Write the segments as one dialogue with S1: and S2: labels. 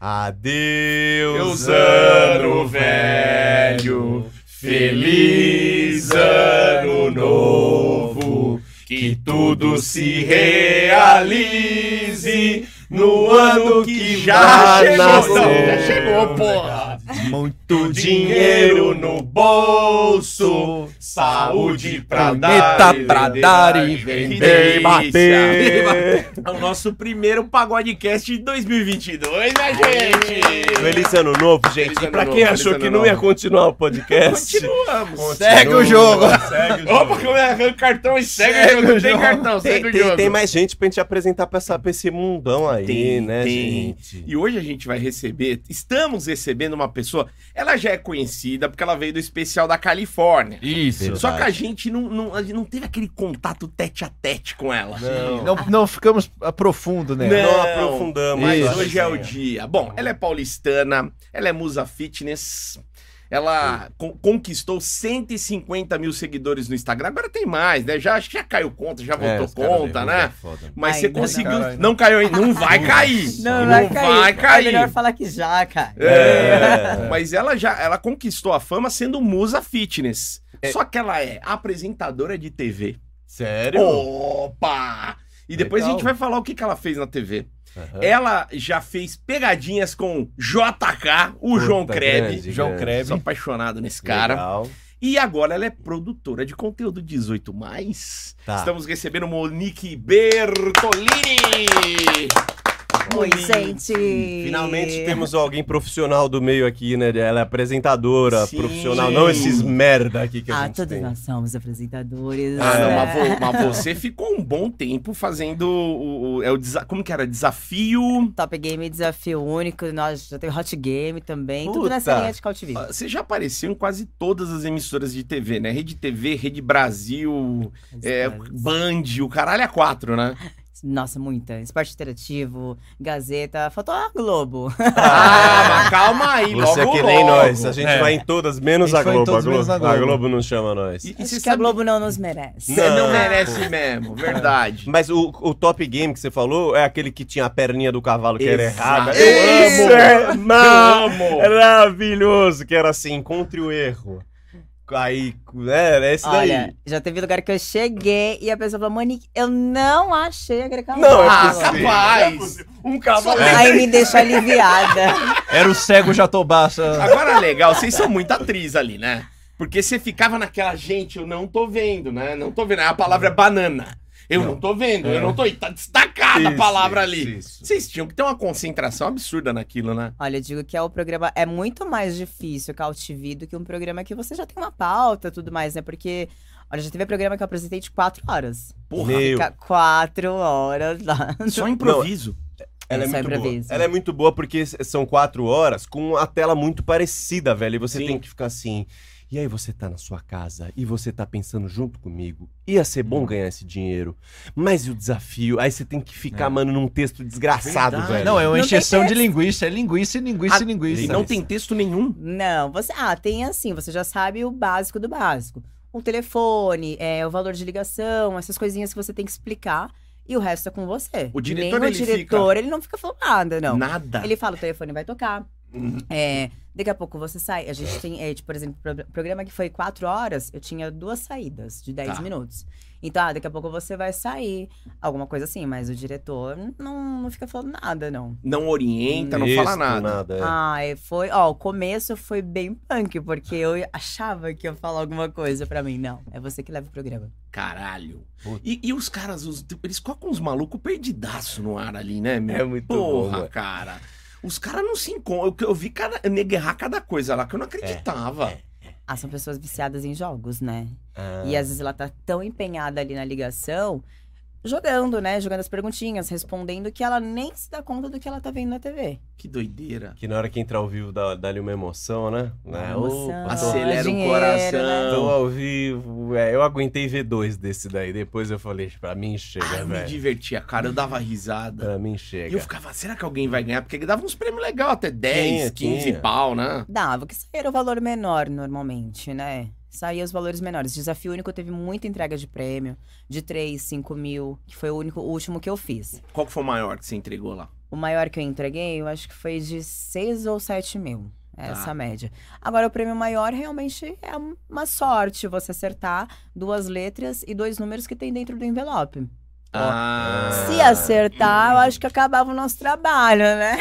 S1: Adeus,
S2: Deus ano velho, feliz ano novo, que tudo se realize no ano que
S1: Já
S2: já chegou.
S1: nasceu.
S2: Não,
S3: Já chegou, pô.
S1: Muito
S2: Dinheiro no bolso, saúde pra dar,
S1: Bonita pra dar e
S2: delícia.
S1: vender e bater.
S3: delícia.
S2: É o nosso primeiro Pagodecast de 2022, né, gente?
S1: Feliz ano novo, gente.
S2: Feliz ano
S1: pra
S2: novo,
S1: quem
S2: feliz
S1: achou
S2: ano
S1: que não
S2: novo.
S1: ia continuar o podcast,
S2: Continuamos.
S3: Segue o jogo.
S1: segue o jogo.
S2: Opa, como é? Arranca o cartão e segue,
S3: Segue
S2: o jogo.
S3: o
S2: Tem
S3: jogo.
S2: cartão,
S1: Tem,
S2: segue o
S1: tem-
S2: jogo.
S1: tem mais gente pra gente apresentar pra, essa- pra esse mundão aí,
S2: Tem,
S1: né,
S2: tem.
S1: gente?
S2: E hoje a gente vai receber, estamos recebendo uma pessoa, ela já é conhecida porque ela veio do especial da Califórnia.
S3: Isso.
S2: Só que a gente não, não, a gente não teve aquele contato tete a tete com ela.
S1: Não,
S3: Não, não ficamos a profundo, né?
S2: É, Não.
S1: não aprofundamos.
S2: Mas
S3: Isso.
S2: hoje é o dia. Bom, ela é paulistana, ela é musa fitness. Ela con- conquistou 150 mil seguidores no Instagram. Agora tem mais, né? Já, acho que já caiu conta, já
S1: É,
S2: voltou
S1: os caras
S2: conta,
S1: derrubam, é
S2: né?
S1: foda.
S2: Mas você
S4: Ainda não.
S2: conseguiu. Não,
S3: Caralho.
S2: caiu ainda. Não vai cair.
S4: Não, vai cair.
S2: vai
S4: É
S2: cair.
S4: melhor falar que já, cara.
S2: É, mas ela já ela conquistou a fama sendo musa fitness. Só que ela é apresentadora de TV.
S1: Sério?
S2: Opa! E depois a
S3: Legal.
S2: gente vai falar o que, que ela fez na TV.
S1: Aham.
S2: Ela já fez pegadinhas com JK, o
S1: Puta,
S2: João Kreb.
S1: grande,
S3: João
S1: grande.
S3: Kreb.
S2: Sou apaixonado nesse cara.
S1: Legal.
S2: E agora ela é produtora de conteúdo 18. Mais.
S1: Tá.
S2: Estamos recebendo Monique Bertolini!
S4: Oi,
S2: Monique.
S4: gente.
S1: Finalmente temos alguém profissional do meio aqui, né? Ela é apresentadora,
S2: Sim.
S1: profissional, não esses merda aqui que a
S4: Ah,
S1: gente
S4: todos
S1: tem.
S4: nós somos apresentadores.
S2: Ah, não, mas,
S4: né?
S2: vo- mas você ficou um bom tempo fazendo o, o- é o desa- como que era desafio.
S4: Top Game é desafio único. Nós já tem Hot Game também. Tudo
S1: Puta.
S4: nessa linha de Cautivismo.
S2: Ah, Você já apareceu em quase todas as emissoras de TV, né? Rede TV, Rede Brasil, é, Band, o caralho é quatro, né?
S4: Nossa, muita. Esporte interativo, Gazeta. Faltou a Globo.
S2: Ah, mas calma aí,
S1: Você é
S2: logo,
S1: que nem
S2: logo. É.
S1: nós, a gente vai em todas, menos
S3: A
S1: a,
S3: gente vai em
S1: Globo.
S3: todas,
S1: a, Globo.
S3: menos a
S1: a
S3: Globo.
S1: Globo não chama nós.
S2: E, e
S4: Acho
S2: você
S4: que a
S2: sabe-
S4: Globo não nos merece.
S2: Você não
S1: Não.
S2: merece mesmo, verdade.
S1: Mas o, o Top Game que você falou é aquele que tinha a perninha do cavalo que era
S2: Exato.
S1: errada.
S2: Isso é
S1: Eu amo! É
S2: Vamos!
S1: Maravilhoso! Que era assim, encontre o erro. Aí, é, era esse
S4: Olha,
S1: daí.
S4: já teve lugar que eu cheguei e a pessoa falou, Monique, eu não achei aquele cavalo.
S1: Não, é
S2: Ah,
S1: possível.
S2: capaz! Um cavalo.
S1: é
S4: Aí me deixou aliviada.
S3: Era o cego ah, Jatobaça.
S2: Agora, legal, vocês são muita atriz ali, né? Porque você ficava naquela, gente, eu não tô vendo, né? Não tô vendo. Aí A palavra é banana. Eu não, tô vendo,
S1: É.
S2: eu não tô. E tá destacada a
S1: Isso,
S2: palavra
S1: isso,
S2: ali.
S1: isso.
S2: Vocês tinham que ter uma concentração absurda naquilo, né?
S4: Olha, eu digo que é o programa é muito mais difícil cautivi do que um programa que você já tem uma pauta, tudo mais, né? Porque olha, já teve programa que eu apresentei de quatro horas.
S2: Porra,
S1: Meu,
S4: Fica quatro horas lá.
S2: só improviso.
S1: ela é
S4: Essa é
S1: muito boa.
S4: improviso.
S1: Ela é muito boa porque s- são quatro horas com a tela muito parecida, velho. E você
S2: Sim.
S1: tem que ficar assim. E aí você tá na sua casa e você tá pensando junto comigo. Ia ser
S2: Hum.
S1: bom ganhar esse dinheiro. Mas e o desafio? Aí você tem que ficar, mano, num texto desgraçado,
S2: É. Verdade.
S1: velho.
S3: Não, é uma
S4: Não tem
S3: encheção de
S4: texto.
S3: linguiça. É linguiça, e linguiça, e linguiça.
S2: E não tem texto nenhum.
S4: Não, você. Ah, tem assim, você já sabe o básico do básico. O telefone, é, o valor de ligação, essas coisinhas que você tem que explicar. E o resto é com você.
S2: O diretor,
S4: Nem
S2: ele
S4: o diretor, ele não fica falando nada, não.
S2: Nada.
S4: Ele fala, o telefone vai tocar. É, daqui a pouco você sai. A gente tem, é, tipo, por exemplo, pro- programa que foi quatro horas, eu tinha duas saídas de 10
S2: Tá.
S4: minutos. Então, ah, daqui a pouco você vai sair, alguma coisa assim, mas o diretor não, não fica falando nada, não.
S2: Não orienta, tá, não
S1: Texto,
S2: fala nada. Ah,
S1: é.
S4: Ai, foi. Ó, o começo foi bem punk, porque eu achava que ia falar alguma coisa pra mim. Não, é você que leva o programa.
S2: Caralho.
S1: Puta.
S2: E, e os caras, os- eles colocam uns malucos perdidaço no ar ali, né, meu?
S1: É muito bom,
S2: Porra,
S1: mano.
S2: cara. Os caras não se encontram. Eu, eu vi cada, nego errar cada coisa lá que eu não acreditava.
S1: É,
S4: Ah, são pessoas viciadas em jogos, né?
S1: Ah.
S4: E às vezes ela tá tão empenhada ali na ligação, jogando, né? Jogando as perguntinhas, respondendo que ela nem se dá conta do que ela tá vendo na TV.
S2: Que doideira.
S1: Que na hora que entrar ao vivo dá, dá ali uma emoção, né? Né?
S4: emoção.
S1: Opa, tô-
S2: Acelera
S4: Acelera.
S2: o
S4: dinheiro, né?
S1: Tô
S2: coração.
S1: Então, ao vivo. É, eu aguentei ver dois desse daí. Depois eu falei, pra mim
S2: Ah,
S1: chega,
S2: eu me
S1: velho. É,
S2: divertia, cara. Eu dava risada.
S1: Pra mim
S2: E
S1: chega.
S2: eu ficava, será que alguém vai ganhar? Porque dava uns prêmios legais, até
S1: Tinha,
S2: 10, 15
S1: tinha.
S2: pau, né?
S4: Dava, que saía o valor menor normalmente, né? Saía os valores menores. Desafio único teve muita entrega de prêmio, de 3, 5 mil, que foi o único, o último que eu fiz.
S2: Qual que foi o maior que você entregou lá?
S4: O maior que eu entreguei, eu acho que foi de 6 ou 7 mil. Essa média. Agora, o prêmio maior realmente é uma sorte você acertar duas letras e dois números que tem dentro do envelope.
S2: Ah,
S4: Se acertar, eu acho que acabava o nosso trabalho, né?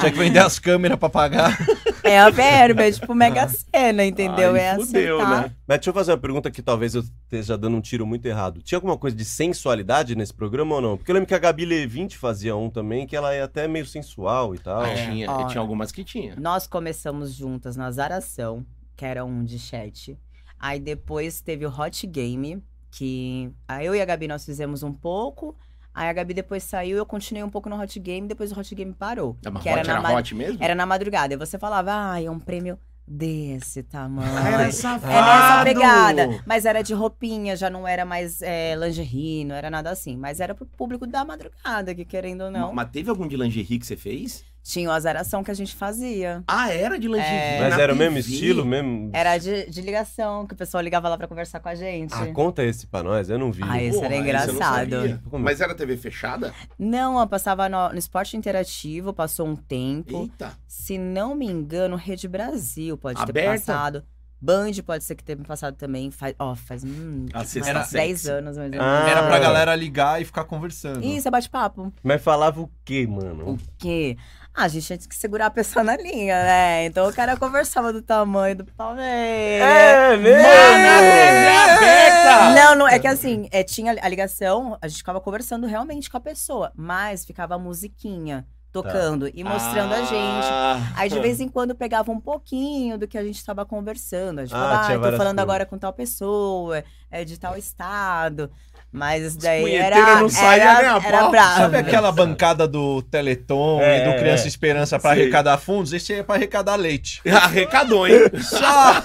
S3: Tinha que vender as câmeras pra pagar.
S4: É a verba, é tipo mega cena, entendeu? é
S2: fudeu,
S4: acertar.
S2: né?
S1: Mas deixa eu fazer uma pergunta que talvez eu esteja dando um tiro muito errado. Tinha alguma coisa de sensualidade nesse programa ou não? Porque eu lembro que a Gabi Levinte fazia um também, que ela é até meio sensual e tal.
S2: Ah, tinha,
S4: Ó.
S2: tinha algumas que tinha.
S4: Nós começamos juntas na Zaração, que era um de chat. Aí depois teve o Hot Game, que aí eu e a Gabi nós fizemos um pouco. Aí a Gabi depois saiu, eu continuei um pouco no Hot Game, depois o Hot Game parou.
S2: Mas
S4: que
S2: hot, era,
S4: ma-
S2: hot mesmo?
S4: Ah, era na madrugada. E você falava, ah, é um prêmio desse tamanho.
S1: Ah,
S3: Ah,
S2: safado.
S4: É nessa pegada. Mas era de roupinha, já não era mais é, lingerie, não era nada assim. Mas era pro público da madrugada, que querendo ou não.
S2: Ma- Mas teve algum de lingerie que você fez?
S4: Tinha o azaração que a gente fazia.
S2: Ah, era de lingerie.
S1: É. Mas
S2: na
S1: era o mesmo
S2: TV.
S1: estilo, mesmo.
S4: Era de, de ligação, que o pessoal ligava lá pra conversar com a gente.
S1: Ah, conta esse pra nós, eu não vi.
S4: Ah, esse
S2: Porra,
S4: era
S2: isso eu não sabia.
S4: engraçado.
S1: Como- é?
S2: Mas era TV fechada?
S4: Não, eu passava no, no esporte interativo, passou um tempo.
S2: Eita.
S4: Se não me engano, Rede Brasil pode ter
S2: Aberta?
S4: passado. Band pode ser que tenha passado também. Faz, ó, faz hum,
S2: A sexta
S4: mais
S2: sexy.
S4: 10 anos mais ou
S1: Ah.
S4: menos.
S3: Era pra galera ligar e ficar conversando.
S4: Isso, é bate-papo.
S1: Mas falava o quê,
S4: O
S1: mano?
S4: quê? Ah, a gente tinha que segurar a pessoa na linha, né? Então o cara conversava do tamanho do pau dele.
S1: É mesmo!
S4: é Não, não, é que assim, é, tinha a ligação, a gente ficava conversando realmente com a pessoa, mas ficava a musiquinha tocando e mostrando
S3: Ah.
S4: a gente.
S1: Ah.
S4: Aí de vez em quando pegava um pouquinho do que a gente tava conversando. A gente
S1: Ah,
S4: falava, ah,
S1: tinha
S4: eu tô
S1: várias
S4: falando
S1: coisas.
S4: agora com tal pessoa, é de tal estado. Mas isso daí
S2: punheteiros
S4: era,
S2: não saía nem a
S4: era,
S2: pau.
S4: era bravo.
S3: Sabe aquela bancada do Teleton
S1: É,
S3: e do Criança
S1: é.
S3: Esperança pra
S2: Sei.
S3: arrecadar fundos? Esse aí é pra arrecadar leite.
S2: Arrecadou, hein?
S3: Só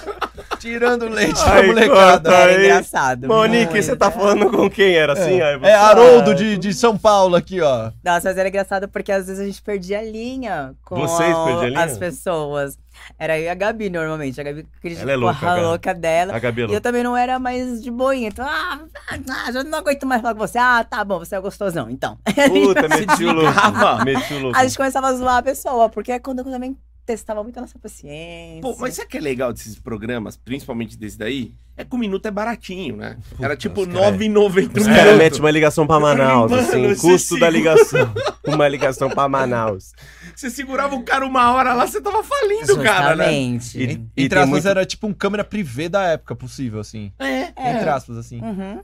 S3: tirando leite da
S1: Ai,
S3: molecada.
S1: corta.
S4: Era
S1: Aí,
S4: engraçado.
S1: Monique, você tá
S4: muito.
S1: falando com quem? Era assim? Aí você- né?
S3: É Haroldo de, de São Paulo aqui, ó.
S4: Nossa, mas era engraçado porque às vezes a gente perdia a linha com
S1: Vocês
S4: a-
S1: perdiam a linha?
S4: as pessoas. Era eu e a Gabi, normalmente. A Gabi acredita
S1: Ela é louca,
S4: a
S1: cara.
S4: louca dela.
S1: A Gabi é
S4: E eu também não era mais de boinha. Então, ah, ah, ah, já não aguento mais falar com você. Ah, tá bom, você é gostosão, então.
S1: Puta, meti o louco.
S2: desligava.
S1: Meti o louco.
S4: a gente começava a zoar a pessoa, porque é quando eu também testava muito a nossa paciência.
S2: Pô, mas sabe o que é legal desses programas, principalmente desse daí? É que o minuto é baratinho, né?
S1: Puta,
S2: Era tipo
S1: os cara-
S2: R$9,90.
S1: Os caras metem uma ligação pra Manaus,
S2: Mano,
S1: assim,
S2: esse
S1: custo da
S2: sim.
S1: ligação. Uma ligação pra Manaus.
S2: Você segurava o cara uma hora lá, você tava falindo, cara, né?
S4: Justamente.
S1: E-
S3: Entre
S1: tem
S3: aspas,
S1: muito-
S3: era tipo um câmera privê da época possível, assim.
S2: É.
S3: Entre aspas, assim.
S4: Uhum.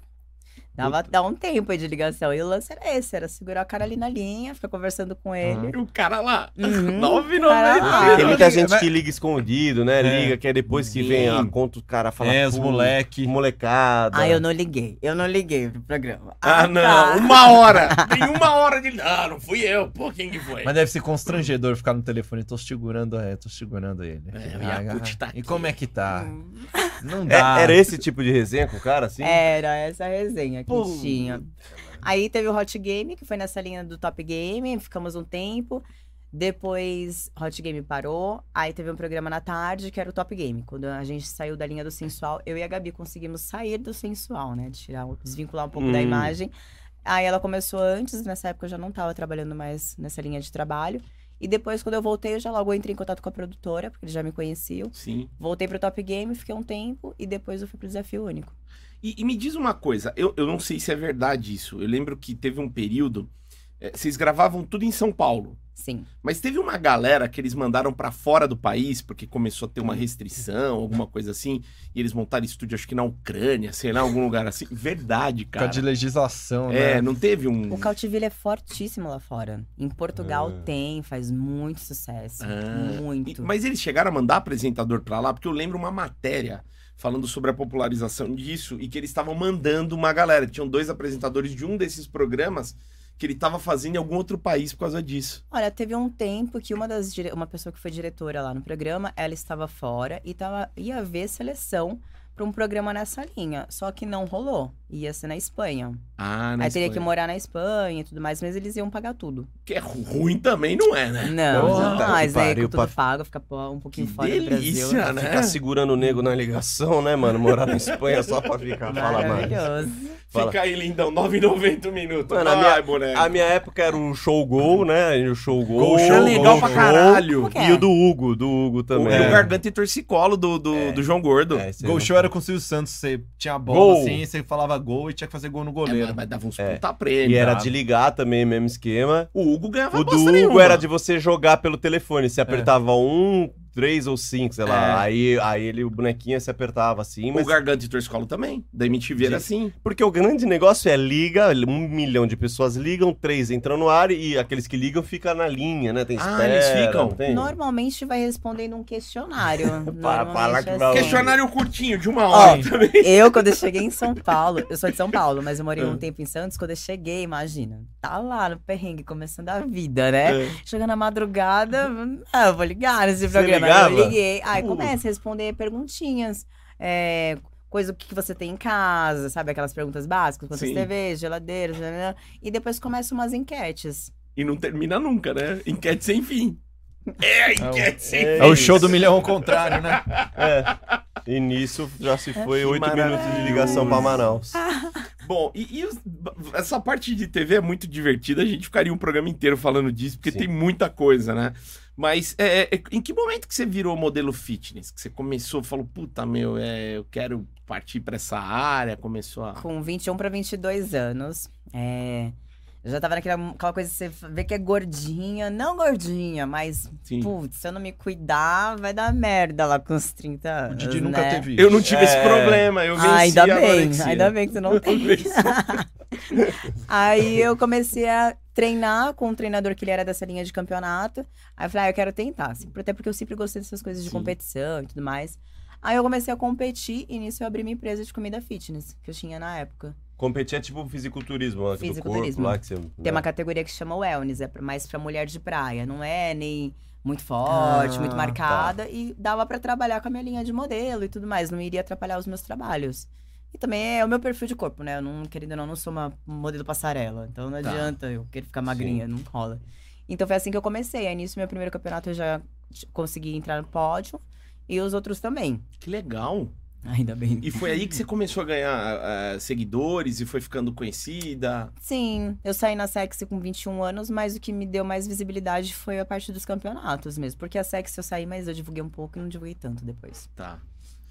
S4: Dava, dava um tempo aí de ligação. E o lance era esse, era segurar o cara ali na linha, ficar conversando com ele.
S2: E o cara lá,
S4: Uhum.
S2: um
S1: Ah, tem
S4: Caralho.
S2: R$9,90.
S1: muita
S3: Liga,
S1: gente
S3: mas-
S1: que liga escondido, né?
S3: É.
S1: Liga, que é depois que
S2: Sim.
S1: vem a conta, o cara fala.
S3: É, os
S1: "Pô,
S3: moleque."
S1: Molecada.
S4: Ah, eu não liguei. Eu não liguei pro programa.
S2: Ah,
S4: tá.
S2: não, uma hora. Tem uma hora de. Ah, não fui eu. Pô, quem que foi?
S3: Mas deve ser constrangedor ficar no telefone. Tô segurando, é, tô segurando ele.
S2: É, o Yakut tá
S3: E
S2: aqui. Hum.
S3: como é que tá? Não
S1: É-
S3: dá.
S1: Era esse tipo de resenha com o cara, assim?
S4: Era essa resenha que
S2: Pô.
S4: tinha. Aí teve o Hot Game, que foi nessa linha do Top Game, ficamos um tempo. Depois Hot Game parou. Aí teve um programa na tarde que era o Top Game. Quando a gente saiu da linha do sensual, eu e a Gabi conseguimos sair do sensual, né? Tirar, o- desvincular um pouco da
S1: Hum.
S4: imagem. Aí ela começou antes, nessa época eu já não tava trabalhando mais nessa linha de trabalho. E depois, quando eu voltei, eu já logo entrei em contato com a produtora, porque eles já me conheciam.
S2: Sim.
S4: Voltei pro Top Game, fiquei um tempo e depois eu fui pro Desafio Único.
S2: E, e me diz uma coisa, eu, eu não sei se é verdade isso. Eu lembro que teve um período. eh, vocês gravavam tudo em São Paulo.
S4: Sim.
S2: Mas teve uma galera que eles mandaram pra fora do país porque começou a ter uma restrição, alguma coisa assim, e eles montaram estúdio acho que na Ucrânia, sei lá, algum lugar assim. Verdade,
S3: Por causa
S2: cara.
S3: de legislação,
S2: É,
S3: né?
S2: não teve um
S4: O Cautiville é fortíssimo lá fora. Em Portugal
S1: Ah.
S4: tem, faz muito sucesso.
S2: Ah. E-
S4: Muito.
S2: Mas eles chegaram a mandar apresentador pra lá, porque eu lembro uma matéria falando sobre a popularização disso e que eles estavam mandando uma galera. Tinham dois apresentadores de um desses programas que ele estava fazendo em algum outro país por causa disso.
S4: Olha, teve um tempo que uma das dire- uma pessoa que foi diretora lá no programa, ela estava fora e tava... ia haver seleção para um programa nessa linha. Só que não rolou. Ia ser na Espanha.
S2: Ah,
S4: Aí teria que morar na Espanha e tudo mais, mas eles iam pagar tudo.
S2: Que é ruim também, não é, né?
S4: Não,
S1: Porra,
S4: não,
S1: tá
S4: mas
S1: que
S4: né,
S1: pariu,
S4: com
S1: pra-
S4: tudo pago, fica pô- um pouquinho
S2: Que
S4: fora do Brasil.
S2: delícia, né?
S1: Ficar segurando o nego na ligação, né, mano? Morar na Espanha só pra ficar. Fala mais.
S4: Maravilhoso.
S1: Fala.
S2: Fica aí, lindão, 9,90 minutos.
S1: Mano, a
S2: Vai,
S1: minha-
S2: boneco.
S1: A minha época era o show gol, né? E O show gol.
S2: Gol,
S1: o
S2: show
S1: show
S2: é legal
S1: gol,
S2: pra
S1: show.
S2: caralho.
S4: Como que é?
S1: E o do Hugo, do Hugo
S2: O,
S1: também.
S2: e o garganta e torcicolo do, do, do João Gordo.
S1: É, esse aí
S3: Gol
S1: não-
S3: show era com o Silvio Santos, você tinha a bola
S1: Gol.
S3: assim, você falava gol e tinha que fazer gol no
S2: É,
S3: goleiro.
S2: mas, mas dava uns
S1: É.
S2: puta prêmio.
S1: E era
S2: dava.
S1: de ligar também, mesmo esquema.
S2: O Hugo ganhava
S1: O do
S2: é bosta
S1: Hugo
S2: nenhuma. É.
S1: era de você jogar pelo telefone. Você apertava um, três ou cinco, sei lá. Aí, aí ele, o bonequinho se apertava assim.
S2: O
S1: Mas...
S2: garganta e torcicolo também. Da MTV era assim.
S1: Porque o grande negócio é liga, um milhão de pessoas ligam, três entram no ar e aqueles que ligam ficam na linha, né? Tem
S2: Ah,
S1: espera,
S2: eles ficam?
S1: não tem?
S4: Normalmente vai respondendo um questionário.
S1: Para-
S4: Normalmente
S1: fala que
S4: é
S1: não.
S4: assim.
S2: Questionário curtinho, de uma
S4: Ó,
S2: hora também.
S4: Eu, quando eu cheguei em São Paulo, eu sou de São Paulo, mas eu morei
S2: É.
S1: Ah.
S4: um tempo em Santos. Quando eu cheguei, imagina, tá lá no perrengue, começando a vida,
S2: É.
S1: É.
S4: né?
S1: Ah.
S4: Chegando à madrugada, ah, eu vou ligar nesse
S1: ligava?
S4: programa. Eu liguei. Aí
S1: Uh.
S4: começa a responder perguntinhas. é, coisa o que que você tem em casa, sabe? Aquelas perguntas básicas, quantas
S2: Sim.
S4: TVs, geladeiras, né? e depois começa umas enquetes.
S2: E não termina nunca, né? Enquete sem fim. É a enquete sem
S1: É
S3: É o show do milhão ao contrário, né?
S1: É. E nisso já se foi
S2: Que
S1: oito minutos de ligação pra Manaus.
S2: Ah. Bom, e, e os- b- essa parte de TV é muito divertida, a gente ficaria um programa inteiro falando disso, porque
S1: Sim.
S2: tem muita coisa, né? Mas é, é, em que momento que você virou modelo fitness? Que você começou, falou, puta meu, é, eu quero partir pra essa área, começou a...
S4: com 21 para 22 anos. É, eu já tava naquela aquela coisa que você vê que é gordinha, não gordinha, mas
S2: Sim.
S4: putz, se eu não me cuidar, vai dar merda lá com os 30 anos.
S3: O Didi nunca
S4: né?
S3: teve isso.
S2: Eu não tive esse
S1: É.
S2: problema, eu venci
S4: Ah, ainda
S2: a
S4: bem,
S2: anorexia.
S4: ainda bem que você não tem. Aí eu comecei a treinar com um treinador que ele era dessa linha de campeonato. Aí eu falei, ah, eu quero tentar, assim, até porque eu sempre gostei dessas coisas de
S2: Sim.
S4: competição e tudo mais. Aí eu comecei a competir e nisso eu abri minha empresa de comida fitness, que eu tinha na época.
S1: Competir é tipo fisiculturismo, né? do corpo
S4: Fisiculturismo.
S1: lá que você. né?
S4: Tem uma categoria que se chama wellness, é pra- mais pra mulher de praia. Não é nem muito forte,
S1: Ah,
S4: muito marcada. E dava pra trabalhar com a minha linha de modelo e tudo mais. Não iria atrapalhar os meus trabalhos. E também é o meu perfil de corpo, né? Eu não, querendo ou não, não sou uma modelo passarela. Então não
S2: Tá.
S4: adianta eu querer ficar magrinha, não rola. Então foi assim que eu comecei. Aí nisso, meu primeiro campeonato eu já t- consegui entrar no pódio. E os outros também.
S2: Que legal.
S4: Ainda bem.
S2: E foi aí que você começou a ganhar eh, seguidores e foi ficando conhecida.
S4: Sim, eu saí na Sexy com 21 anos, mas o que me deu mais visibilidade foi a parte dos campeonatos mesmo. Porque a Sexy eu saí, mas eu divulguei um pouco e não divulguei tanto depois.
S2: Tá.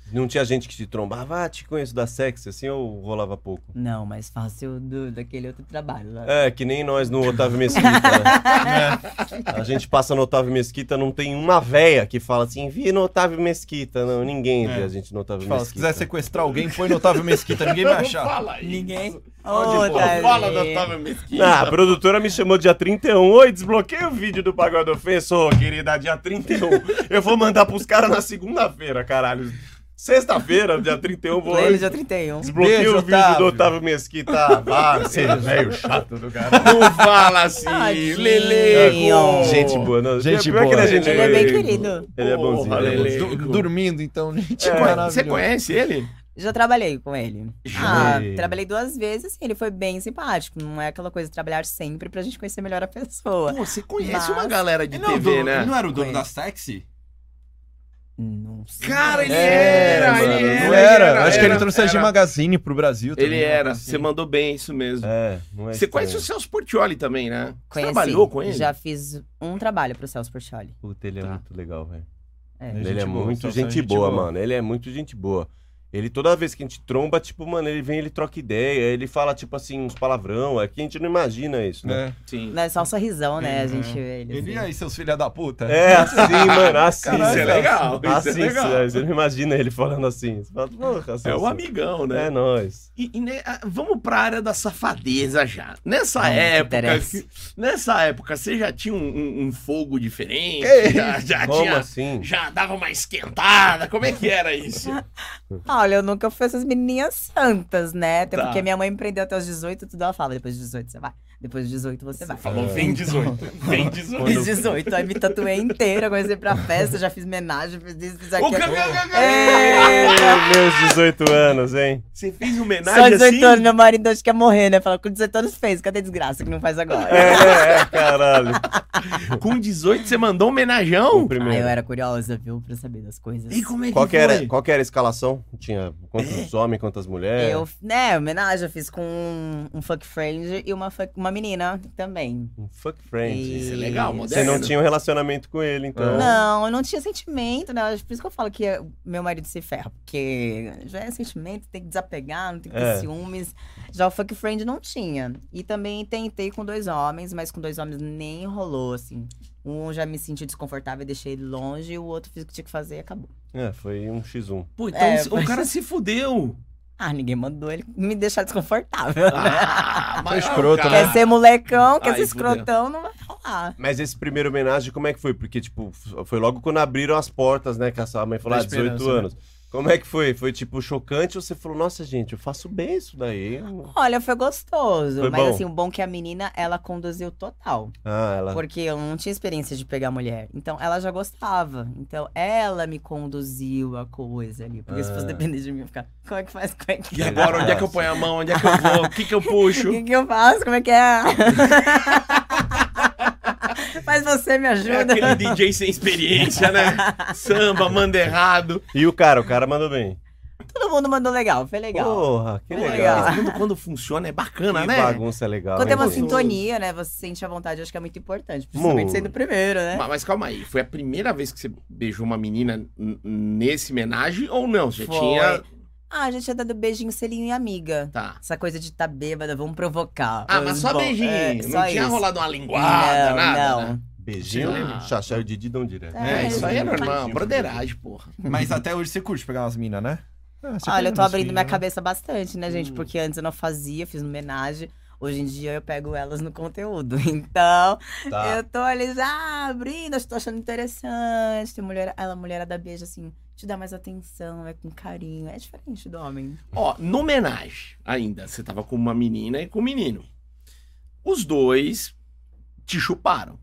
S1: Não tinha gente que te trombava, ah, te conheço da sexy, assim ou rolava pouco?
S4: Não, mas fácil do, daquele outro trabalho lá.
S1: É, que nem nós no Otávio Mesquita. né? A gente passa no Otávio Mesquita, não tem uma véia que fala assim, vi no Otávio Mesquita. Não, ninguém vê
S3: É.
S1: a gente no Otávio
S3: Fala, se
S1: Mesquita.
S3: quiser sequestrar alguém, põe no Otávio Mesquita, ninguém vai achar.
S2: fala isso.
S4: Ninguém.
S2: Onde, pô,
S4: Otávio.
S2: fala da Otávio Mesquita.
S1: Ah, a produtora me chamou dia 31. Oi, desbloqueei o vídeo do Pagode Ofenso, querida, dia 31. Eu vou mandar pros caras na segunda-feira, caralho. Sexta-feira, dia 31, vou.
S4: Ele é já 31.
S1: Desbloqueei
S3: Beijo,
S1: o vídeo do
S3: Otávio.
S1: Otávio Mesquita. Vá, você velho chato do cara.
S2: Não fala assim,
S4: Tadinho.
S2: Lele.
S4: É,
S1: Gente boa, não.
S3: Gente
S1: Pior que ele
S3: boa.
S1: é gente
S4: Ele
S1: boa.
S4: é bem querido.
S1: Ele é bonzinho,
S2: Porra,
S1: ele é
S2: Lele.
S3: Du- dormindo, então, gente.
S2: Você conhe- Você
S3: maravilhoso.
S2: conhece ele?
S4: Já trabalhei com ele.
S1: Já.
S4: Ah, trabalhei duas vezes e ele foi bem simpático. Não é aquela coisa de trabalhar sempre pra gente conhecer melhor a pessoa.
S2: Pô, você conhece
S4: Mas-
S2: uma galera de
S5: Ele não, é o
S2: TV,
S5: dono-
S2: né?
S5: ele não era o dono
S4: Conheço.
S5: da Sexy?
S4: Não sei.
S2: Cara, ele
S1: É,
S2: era,
S1: mano,
S2: ele
S1: não
S2: era.
S3: Não
S2: ele
S3: era,
S2: era,
S3: acho que
S2: era,
S3: ele trouxe a G
S2: era.
S3: Magazine pro Brasil também. assim.
S2: Ele era, você mandou bem, isso mesmo.
S1: É, não é
S2: Você
S1: estranho.
S2: conhece o Celso Portioli também, né? Você
S4: Conheci.
S2: trabalhou com ele?
S4: Já fiz um trabalho pro Celso Portioli.
S1: Puta, ele é
S2: Tá.
S1: muito legal, velho.
S4: É.
S3: Ele
S1: Ele
S3: gente
S1: é
S3: boa,
S1: muito
S3: Celso é
S1: gente,
S3: gente
S1: boa,
S3: boa.
S1: mano. Ele é muito gente boa. Ele, toda vez que a gente tromba, tipo, mano, ele vem, ele troca ideia, ele fala, tipo assim, uns palavrão. É que a gente não imagina isso, né?
S3: É.
S2: Sim.
S4: Não é só um sorrisão, né?
S5: É.
S4: A
S2: Uhum.
S4: gente vê ele.
S5: Ele
S4: assim.
S5: e aí, seus filha da puta?
S1: É, assim, mano, assim.
S3: Caralho,
S2: Isso é
S1: Celso.
S2: legal, isso
S1: Assim,
S2: é legal.
S1: Celso, você não imagina ele falando assim. Você fala, porra,
S2: É
S1: Celso,
S2: o amigão, né?
S1: É nóis.
S2: E, e ne- ah, vamos pra área da safadeza já. Nessa
S4: Vamos, que
S2: época.
S4: interessa.
S2: Nessa época, você já tinha um, um- um fogo diferente?
S3: Que
S2: já já
S1: Como
S2: tinha.
S1: assim?
S2: Já dava uma esquentada? Como é que era isso?
S4: Olha, eu nunca fui essas menininhas santas, né? Até
S2: Tá.
S4: porque minha mãe empreendeu até os 18, tudo ela fala, depois dos 18 você vai. Depois de 18 você vai.
S1: É,
S2: Falou,
S1: então.
S2: vem 18. Vem 18.
S4: Fiz 18, aí me tatuei inteira, comecei pra festa, já fiz homenagem, fiz isso, fiz aquilo. É,
S1: Ah, Meus 18 anos, hein?
S2: Você fez
S4: Só
S2: homenagem
S4: 18
S2: assim?
S4: anos, meu marido acho que ia morrer, né? Fala, com 18 anos fez, cadê a desgraça que não faz agora?
S1: É, é, é, caralho.
S2: Com 18 você mandou um homenajão?
S4: Ah, eu
S1: Primeiro.
S4: era curiosa, viu, pra saber das coisas.
S2: E como é que
S1: Qual que, era,
S2: foi?
S1: qual que era a escalação? Tinha quantos homens, quantas mulheres?
S2: É.
S4: Eu, né, homenagem, eu fiz com um, um fuck friend e uma, fuck- uma menina também.
S1: Um fuck friend.
S2: Isso é legal,
S4: E-
S1: Você não
S2: Moderno.
S1: tinha um relacionamento com ele, então.
S4: Não, eu não tinha sentimento, né? Por isso que eu falo que meu marido se ferra, porque já é sentimento, tem que desapegar, não tem que ter
S1: É.
S4: ciúmes. Já o fuck friend não tinha. E também tentei com dois homens, mas com dois homens nem rolou, assim. Um já me senti desconfortável e deixei ele longe, e o outro fiz o que tinha que fazer e acabou.
S1: É, foi um X1.
S2: Pô, então
S4: É,
S2: o cara se fudeu.
S4: Ah, ninguém mandou ele me deixar desconfortável.
S2: Ah, mas
S3: Foi escroto,
S2: cara.
S1: né?
S4: Quer ser molecão, quer
S2: Ai,
S4: ser
S2: fudeu.
S4: escrotão, não vai rolar.
S1: Mas esse primeiro homenagem, como é que foi? Porque, tipo, f- foi logo quando abriram as portas, né? Que a sua mãe falou, ah,
S3: Da
S1: 18
S3: esperança, né?
S1: anos. Como é que foi? Foi, tipo, chocante ou você falou, nossa, gente, eu faço bem isso daí?
S4: Olha, foi gostoso.
S1: Foi
S4: mas
S1: bom?
S4: assim, o bom é que a menina, ela conduziu total.
S1: Ah,
S2: Tá.
S1: ela...
S4: Porque eu não tinha experiência de pegar mulher. Então, ela já gostava. Então, ela me conduziu a coisa ali. Porque se fosse
S1: Ah.
S4: depender de mim, eu ficava, como é que faz? Como é que...
S2: E agora, onde é que eu ponho a mão? Onde é que eu vou? O que que eu
S4: O
S2: puxo?
S4: que, que eu faço? Como é que é? Mas você me
S2: É
S4: ajuda.
S2: aquele DJ sem experiência, né? Samba, manda errado.
S1: E o cara? O cara mandou bem.
S4: Todo mundo mandou legal, foi legal.
S1: Porra, que
S4: Foi
S1: legal.
S4: legal.
S2: Mas quando, quando funciona é bacana,
S1: Que
S2: né?
S1: bagunça legal.
S4: Quando tem
S1: hein,
S4: uma
S1: gente?
S2: gostoso.
S4: sintonia, né? Você sente a vontade, eu acho que é muito importante. Principalmente
S1: Muito.
S4: sendo o primeiro, né?
S2: Ma- Mas calma aí, foi a primeira vez que você beijou uma menina n- nesse homenagem ou não? Você
S4: Foi.
S2: tinha.
S4: Ah, a gente tinha dado beijinho, selinho e amiga.
S2: Tá.
S4: Essa coisa de tá bêbada, vamos provocar.
S2: Ah, mas só
S4: Bom,
S2: beijinho.
S4: é,
S2: não
S4: só
S2: tinha
S4: isso.
S2: rolado uma linguada,
S4: não,
S2: nada.
S4: não.
S2: né?
S1: Beijinho,
S2: Ah.
S1: Xaxá e o Didi dão direto.
S4: É,
S2: É, isso aí é normal.
S1: Beijinho.
S2: Broderagem, porra.
S3: Mas até hoje você curte pegar umas minas, né? Ah, você
S4: Olha,
S3: pega
S4: eu tô
S3: umas
S4: abrindo
S3: minas,
S4: minha
S3: né?
S4: cabeça bastante, né, gente? Porque antes eu não fazia, fiz uma homenagem. Hoje em dia eu pego elas no conteúdo. Então,
S1: Tá.
S4: eu tô ali já abrindo, eu tô achando interessante. Tem mulher, ela, mulherada beija assim, te dá mais atenção, é com carinho. É diferente do homem.
S2: Ó, no homenagem ainda, você tava com uma menina e com um menino. Os dois te chuparam.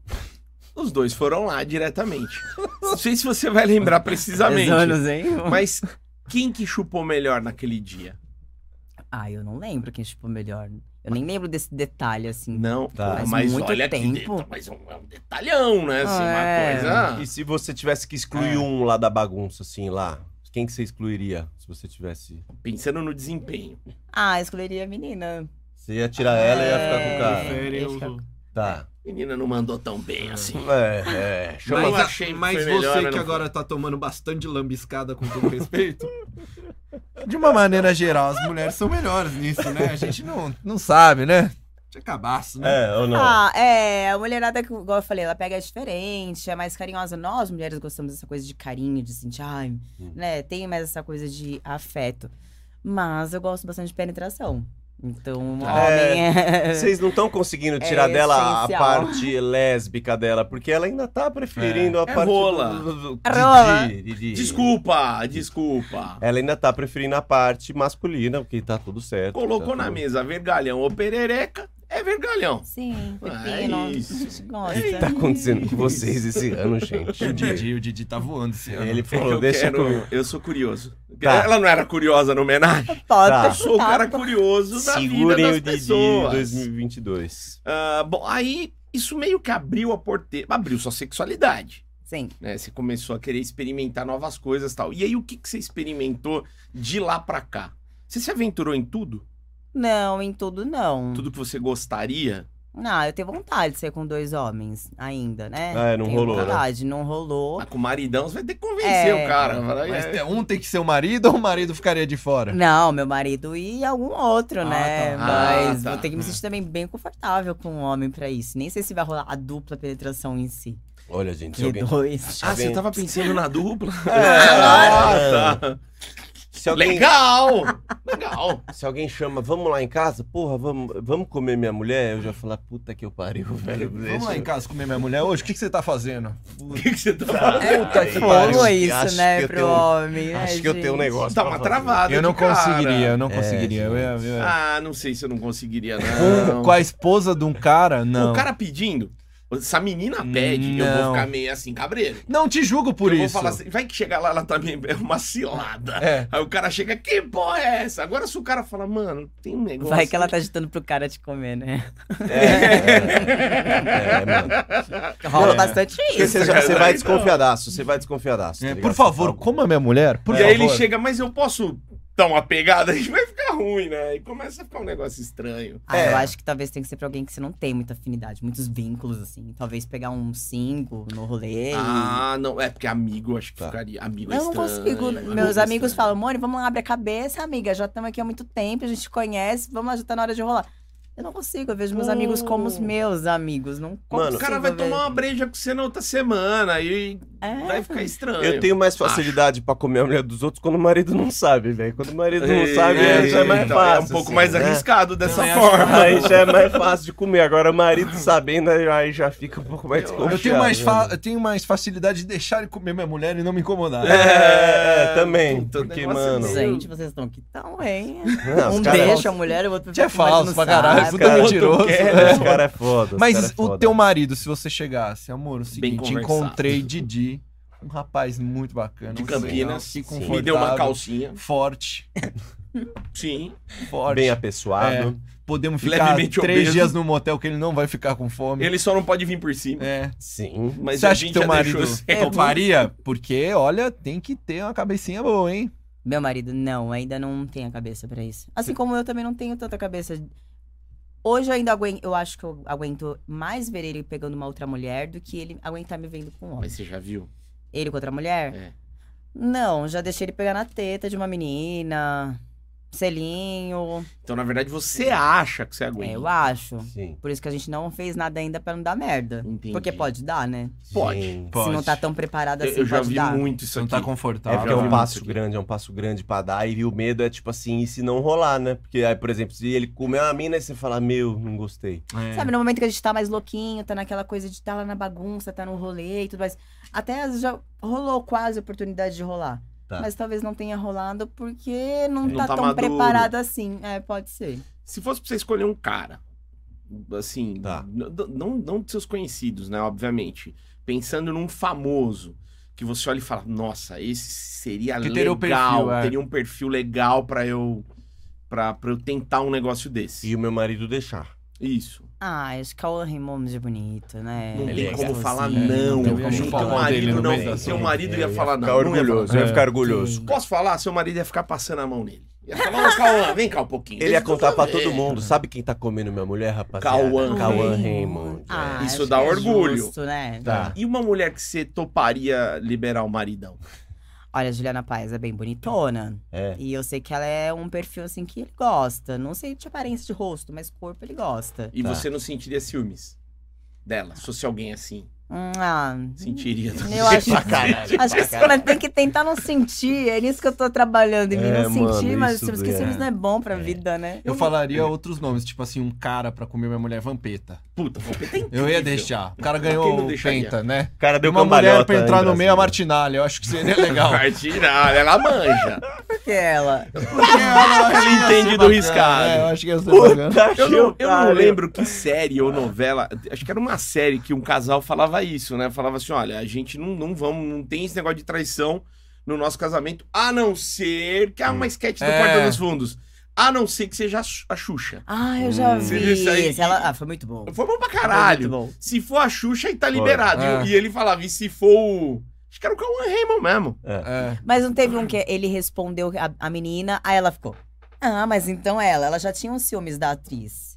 S2: Os dois foram lá diretamente. Não sei se você vai lembrar precisamente.
S4: anos, hein?
S2: Mas quem que chupou melhor naquele dia?
S4: Ah, eu não lembro quem chupou melhor. Eu nem lembro desse detalhe, assim.
S2: Não,
S1: Tá.
S2: pô,
S4: Faz
S2: mas
S4: muito
S2: olha que
S4: tempo.
S2: deta- mas é um, é um detalhão, né? Assim,
S4: É.
S2: uma
S1: E
S2: coisa.
S1: se você tivesse que excluir
S2: É.
S1: um lá da bagunça, assim, lá? Quem que você excluiria se você tivesse...
S2: Pensando no desempenho.
S4: Ah, escolheria a menina.
S1: Você ia tirar ela e ia ficar com o
S4: É.
S1: cara.
S5: Prefere
S4: eu-
S5: o-
S1: Tá.
S2: A menina não mandou tão bem assim.
S1: É, é.
S2: Chama-
S5: mas,
S2: achei que
S5: mas
S2: foi
S5: você
S2: melhor, né,
S5: que
S2: não
S5: agora tá tomando bastante lambiscada com todo respeito,
S3: De uma maneira geral, as mulheres são melhores nisso, né? A gente não, não sabe, né?
S5: te acabasse, né?
S1: É, ou não?
S4: Ah, é. A mulherada, que, igual eu falei, ela pega diferente, é mais carinhosa. Nós, mulheres, gostamos dessa coisa de carinho, de sentir, ai,
S1: Hum.
S4: né? Tem mais essa coisa de afeto. Mas eu gosto bastante de penetração. Então, o
S1: Ah,
S4: homem é.
S1: Vocês não estão conseguindo
S4: É
S1: tirar dela a
S4: essencial.
S1: parte lésbica dela, porque ela ainda tá preferindo a
S2: É
S1: parte.
S2: rola.
S1: do- do- do-
S4: É rola.
S1: Didi, Didi.
S2: Desculpa, desculpa.
S1: Ela ainda tá preferindo a parte masculina, porque tá tudo certo.
S2: Colocou
S1: tá
S2: na
S1: tudo-
S2: mesa vergalhão ou perereca, é vergalhão.
S4: Sim,
S2: Ah, é
S4: pepino.
S2: isso.
S4: a gente
S1: O que
S4: gosta.
S1: tá acontecendo com vocês esse ano, gente?
S3: O Didi, o Didi tá voando esse ano.
S1: Ele
S2: É que
S1: falou,
S2: eu
S1: deixa
S2: quero-
S1: comigo.
S2: eu sou curioso.
S1: Tá.
S2: Ela não era curiosa no homenagem?
S4: Pode
S1: Tá.
S2: Eu sou o
S4: perguntar,
S2: cara
S4: pô.
S2: curioso da vida
S1: Segurem
S2: das
S1: o Didi
S2: pessoas.
S1: 2022.
S2: Ah, bom, aí isso meio que abriu a porteira. Abriu sua sexualidade.
S4: Sim.
S2: Né? Você começou a querer experimentar novas coisas e tal. E aí, o que, que você experimentou de lá pra cá? Você se aventurou em tudo?
S4: Não, em tudo não.
S2: Tudo que você gostaria?
S4: Não, eu tenho vontade de ser com dois homens ainda, né?
S1: Ah, é, não
S4: tenho
S1: rolou, né?
S4: vontade, não rolou.
S2: Mas Ah, com o maridão, você vai ter que convencer
S4: É.
S2: o cara. Fala,
S3: Mas
S2: "É,
S3: tem- um tem que ser o marido ou o marido ficaria de fora?
S4: Não, meu marido e algum outro,
S3: Ah,
S4: né?
S3: tá.
S4: Mas
S2: Ah, tá.
S4: vou ter que me sentir também bem confortável com um homem pra isso. Nem sei se vai rolar a dupla penetração em si.
S1: Olha, gente, se
S4: Que
S1: alguém.
S4: dois.
S2: Ah, você
S1: Alguém-
S2: tava pensando na dupla?
S1: Ah,
S2: tá.
S1: se alguém,
S2: Legal! Legal!
S1: se alguém chama, vamos lá em casa? Porra, vamos, vamos comer minha mulher? Eu já falo, "Ah, puta que eu pariu, velho.
S3: Vamos lá em casa comer minha mulher hoje? O que, que você tá fazendo?
S2: O que, que você tá falando?
S1: Puta
S4: que Falou isso, né, pro homem. né,
S1: um- Acho que eu tenho um
S4: gente?
S1: negócio.
S2: Dá
S1: pra
S2: uma
S1: fazer.
S2: travada.
S3: Eu não
S2: de cara. É,
S3: conseguiria, né? eu não conseguiria. Eu ia- eu ia-
S2: Ah, não sei se eu não conseguiria,
S3: Com-
S2: Ah, não.
S3: Com a esposa de um cara, não.
S2: O cara pedindo. Se a menina pede, eu vou
S3: Não.
S2: ficar meio assim, cabreiro.
S3: Não te julgo por
S2: eu
S3: isso.
S2: vou falar assim, vai que chegar lá, ela tá meio é uma cilada.
S3: É.
S2: Aí o cara chega, que porra é essa? Agora se o cara fala, mano, tem um negócio.
S4: Vai que ela tá agitando pro cara te comer, né?
S1: É, mano.
S4: Rola
S3: É.
S4: bastante
S1: Porque
S4: isso.
S1: você, já, você vai desconfiadaço, você vai desconfiadaço. tá
S3: É,
S1: ligado?
S3: por favor,
S1: Você fala,
S3: coma minha mulher. Por
S2: E
S3: favor.
S2: aí ele chega, mas eu posso dar uma pegada? A gente vai ficar ruim, né? E começa a ficar um negócio estranho.
S4: Ah,
S1: É.
S4: eu acho que talvez tenha que ser pra alguém que você não tem muita afinidade, muitos vínculos, assim. Talvez pegar um single no rolê. e-
S2: Ah, não, é porque amigo, eu acho que
S1: Tá.
S2: ficaria. Amigo é
S4: Eu não
S2: estranho,
S4: consigo.
S2: amigo
S4: Meus
S2: é
S4: amigos
S2: estranho.
S4: falam, Mone, vamos lá, abre a cabeça, amiga. Já estamos aqui há muito tempo, a gente te conhece, vamos lá, já tá na hora de rolar. Eu não consigo, eu vejo meus amigos como os meus amigos. Não
S1: Mano,
S2: O cara vai
S4: consigo
S2: tomar uma
S4: assim, ver.
S2: breja com você na outra semana e
S4: É.
S2: vai ficar estranho.
S1: Eu tenho mais facilidade pra comer a mulher dos outros quando o marido não sabe, velho. Quando o marido não sabe,
S2: é,
S1: aí já é mais
S2: então,
S1: fácil.
S2: é um pouco
S1: assim,
S2: mais
S1: né?
S2: arriscado dessa
S5: Também acho
S3: assim,
S2: forma.
S1: Aí já é mais fácil de comer. Agora, o marido sabendo, aí- aí já fica um pouco mais
S2: Eu
S1: desconfiado.
S3: Eu tenho, mais
S1: né?
S3: fa- eu tenho mais facilidade de deixar ele comer minha mulher e não me incomodar.
S1: É, é, é, também.
S2: Puta, o
S1: porque,
S2: negócio é
S1: mano.
S4: Gente, vocês estão aqui tão, hein?
S1: não, os
S4: um
S1: cara-
S4: deixa a mulher, o outro
S3: Que é
S4: fica com o marido,
S3: falso
S4: não
S3: pra caralho,
S4: sabe.
S3: puta
S1: cara, tipo,
S3: mentiroso.
S1: quer, né? Os cara é foda. os cara é
S3: Mas o
S1: foda.
S3: teu marido, se você chegasse, amor, é o seguinte,
S2: conversado.
S3: encontrei Didi, um rapaz muito bacana.
S2: De
S3: um senhor
S2: Campinas.
S3: que
S1: Sim.
S2: Me deu uma
S3: confortável,
S2: calcinha.
S3: Forte,
S2: Sim.
S3: forte. É,
S1: Bem apessoado.
S3: Podemos ficar
S2: levemente
S3: três
S2: obeso.
S3: dias no motel que ele não vai ficar com fome.
S2: Ele só não pode vir por cima.
S3: É.
S1: Sim.
S2: Mas
S3: Você
S2: a
S3: acha
S2: gente
S3: que teu
S2: já
S3: marido
S2: deixou certo.
S3: toparia? Porque, olha, tem que ter uma cabecinha boa, hein?
S4: Meu marido, não, ainda não tem a cabeça pra isso. Assim como eu também não tenho tanta cabeça. Hoje eu ainda aguento, eu acho que eu aguento mais ver ele pegando uma outra mulher do que ele aguentar me vendo com um homem.
S2: Mas você já viu?
S4: Ele com outra mulher?
S2: É.
S4: Não, já deixei ele pegar na teta de uma menina, selinho,
S2: Então, na verdade, você acha que você aguenta.
S4: é, eu acho.
S1: Sim.
S4: Por isso que a gente não fez nada ainda pra não dar merda.
S2: Entendi.
S4: Porque pode dar, né?
S2: Pode.
S1: Sim.
S3: Pode.
S4: Se não tá tão preparada
S2: Eu,
S4: assim,
S2: eu já
S4: pode
S2: vi
S4: dar.
S2: muito isso
S3: Você não
S2: aqui.
S3: tá
S1: É
S3: confortável.
S1: porque é um
S2: Tá.
S1: passo grande, é um passo grande pra dar, e o medo é tipo assim, e se não rolar, né? Porque aí, por exemplo, se ele comer uma mina e você fala, meu, não gostei.
S3: É.
S4: Sabe, no momento que a gente tá mais louquinho, tá naquela coisa de tá lá na bagunça, tá no rolê e tudo mais. Até às vezes já rolou quase a oportunidade de rolar.
S1: Tá.
S4: Mas talvez não tenha rolado porque não,
S2: Não
S4: tá,
S2: tá
S4: tão
S2: maduro.
S4: preparado assim. É, pode ser.
S2: Se fosse pra você escolher um cara, assim,
S1: Tá.
S2: n- n- não, não de seus conhecidos, né? Obviamente. Pensando num famoso que você olha e fala, nossa, esse seria
S3: Que teria
S2: legal,
S3: o perfil, é.
S2: teria um perfil legal pra eu pra, pra eu tentar um negócio desse.
S1: E o meu marido deixar.
S2: Isso.
S4: Ah, acho que Cauã Raymond é bonito, né?
S2: Não
S1: Ele
S2: tem
S1: é
S2: como
S4: gostosinho.
S2: falar
S3: né?
S2: não.
S3: Não tem
S2: meu
S3: como
S2: teu
S3: falar dele
S2: marido
S3: no
S2: não.
S3: meio da
S2: Seu
S3: cena.
S2: marido ia
S1: Eu
S2: falar não.
S1: Ficar
S2: não ia
S1: orgulhoso, eu ia
S3: É.
S1: ficar orgulhoso.
S2: Posso falar? Seu marido ia ficar passando a mão nele. Ia falar, ô Cauã, vem cá um pouquinho.
S1: Ele ia
S2: deixa eu É.
S1: contar pra
S2: ver."
S1: todo mundo. Sabe quem tá comendo minha mulher, rapaziada?
S2: Cauã
S1: Cauã
S4: Raymond.
S1: Raymond.
S4: Ah,
S2: Isso
S4: acho
S2: dá
S4: que é
S2: orgulho.
S4: Justo, né?
S1: Tá.
S2: E uma mulher que você toparia liberar o maridão?
S4: Olha, a Juliana Paes é bem bonitona.
S1: É.
S4: E eu sei que ela é um perfil assim que ele gosta. Não sei de aparência de rosto, mas corpo ele gosta.
S2: E
S1: Tá.
S2: você não sentiria ciúmes dela? Se fosse alguém assim,
S4: Hum, ah,
S2: sentiria.
S4: Eu acho-
S2: Pra caralho.
S4: Acho que isso, mas tem que tentar não sentir. É nisso que eu tô trabalhando em mim.
S1: É,
S4: não
S1: mano,
S4: sentir, mas
S1: isso
S4: temos que
S1: doer.
S4: isso não é bom pra vida, né?
S3: Eu falaria outros nomes, tipo assim, um cara pra comer minha mulher vampeta.
S2: Puta, vou ter
S3: Eu ia deixar. O cara
S2: Quem
S3: ganhou
S2: não
S3: o
S2: deixaria?
S3: penta, né?
S1: O cara deu
S3: Uma
S1: cambalhota. assim.
S3: mulher pra entrar
S1: em
S3: no meio é
S1: Brasília.
S3: a Martinalha. Eu acho que seria legal.
S2: Martinalha, ela é manja.
S4: Porque é ela.
S2: Ela entende do riscado.
S3: assim, É, eu acho que ia ser bacana.
S1: Puta
S2: Eu
S1: que
S2: não, eu não
S1: pariu.
S2: lembro que série ou novela. Acho que era uma série que um casal falava isso, né? Falava assim: olha, a gente não, não vamos, não tem esse negócio de traição no nosso casamento, a não ser que há uma sketch do
S3: É.
S2: Porta dos Fundos. A não ser que seja a Xu- a Xuxa.
S4: Ah, eu já
S2: Você
S4: vi.
S2: viu isso aí?
S4: isso. Ela... Ah, foi muito bom.
S2: Foi bom pra
S4: Foi
S2: caralho.
S4: muito bom.
S2: Se for a Xuxa, aí tá
S1: Foi.
S2: liberado. E-
S3: É.
S2: E ele falava: e se for o. Acho que era o Cauã Raymond mesmo.
S3: É.
S4: Mas não teve um que ele respondeu é a, a menina, aí ela ficou. Ah, mas então ela, ela já tinha uns ciúmes da atriz.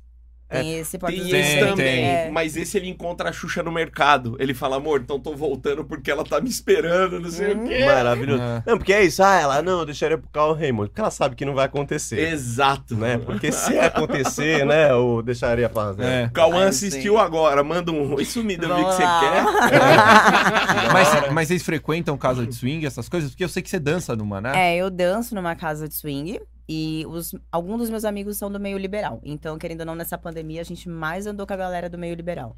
S4: Tem esse pode
S2: Tem
S4: dizer.
S2: esse
S1: Tem,
S2: também,
S4: É.
S2: mas esse ele encontra a Xuxa no mercado. Ele fala, amor, então tô voltando porque ela tá me esperando, não sei
S4: Hum.
S2: o quê.
S1: Maravilhoso.
S3: É.
S1: Não, porque é isso. Ah, ela, não, eu deixaria pro Carl Raymond. Porque ela sabe que não vai acontecer.
S2: Exato.
S1: Né? Porque se acontecer, né, eu deixaria pra. né?
S3: É.
S2: Cauã
S4: Ai,
S2: assistiu agora, manda um oi sumido, eu vi que
S4: Vamos
S2: você
S4: lá.
S2: quer.
S4: É.
S3: Mas, mas vocês frequentam casa de swing, essas coisas? Porque eu sei que você dança numa, né?
S4: É, eu danço numa casa de swing e os, alguns dos meus amigos são do meio liberal. Então, querendo ou não, nessa pandemia, a gente mais andou com a galera do meio liberal.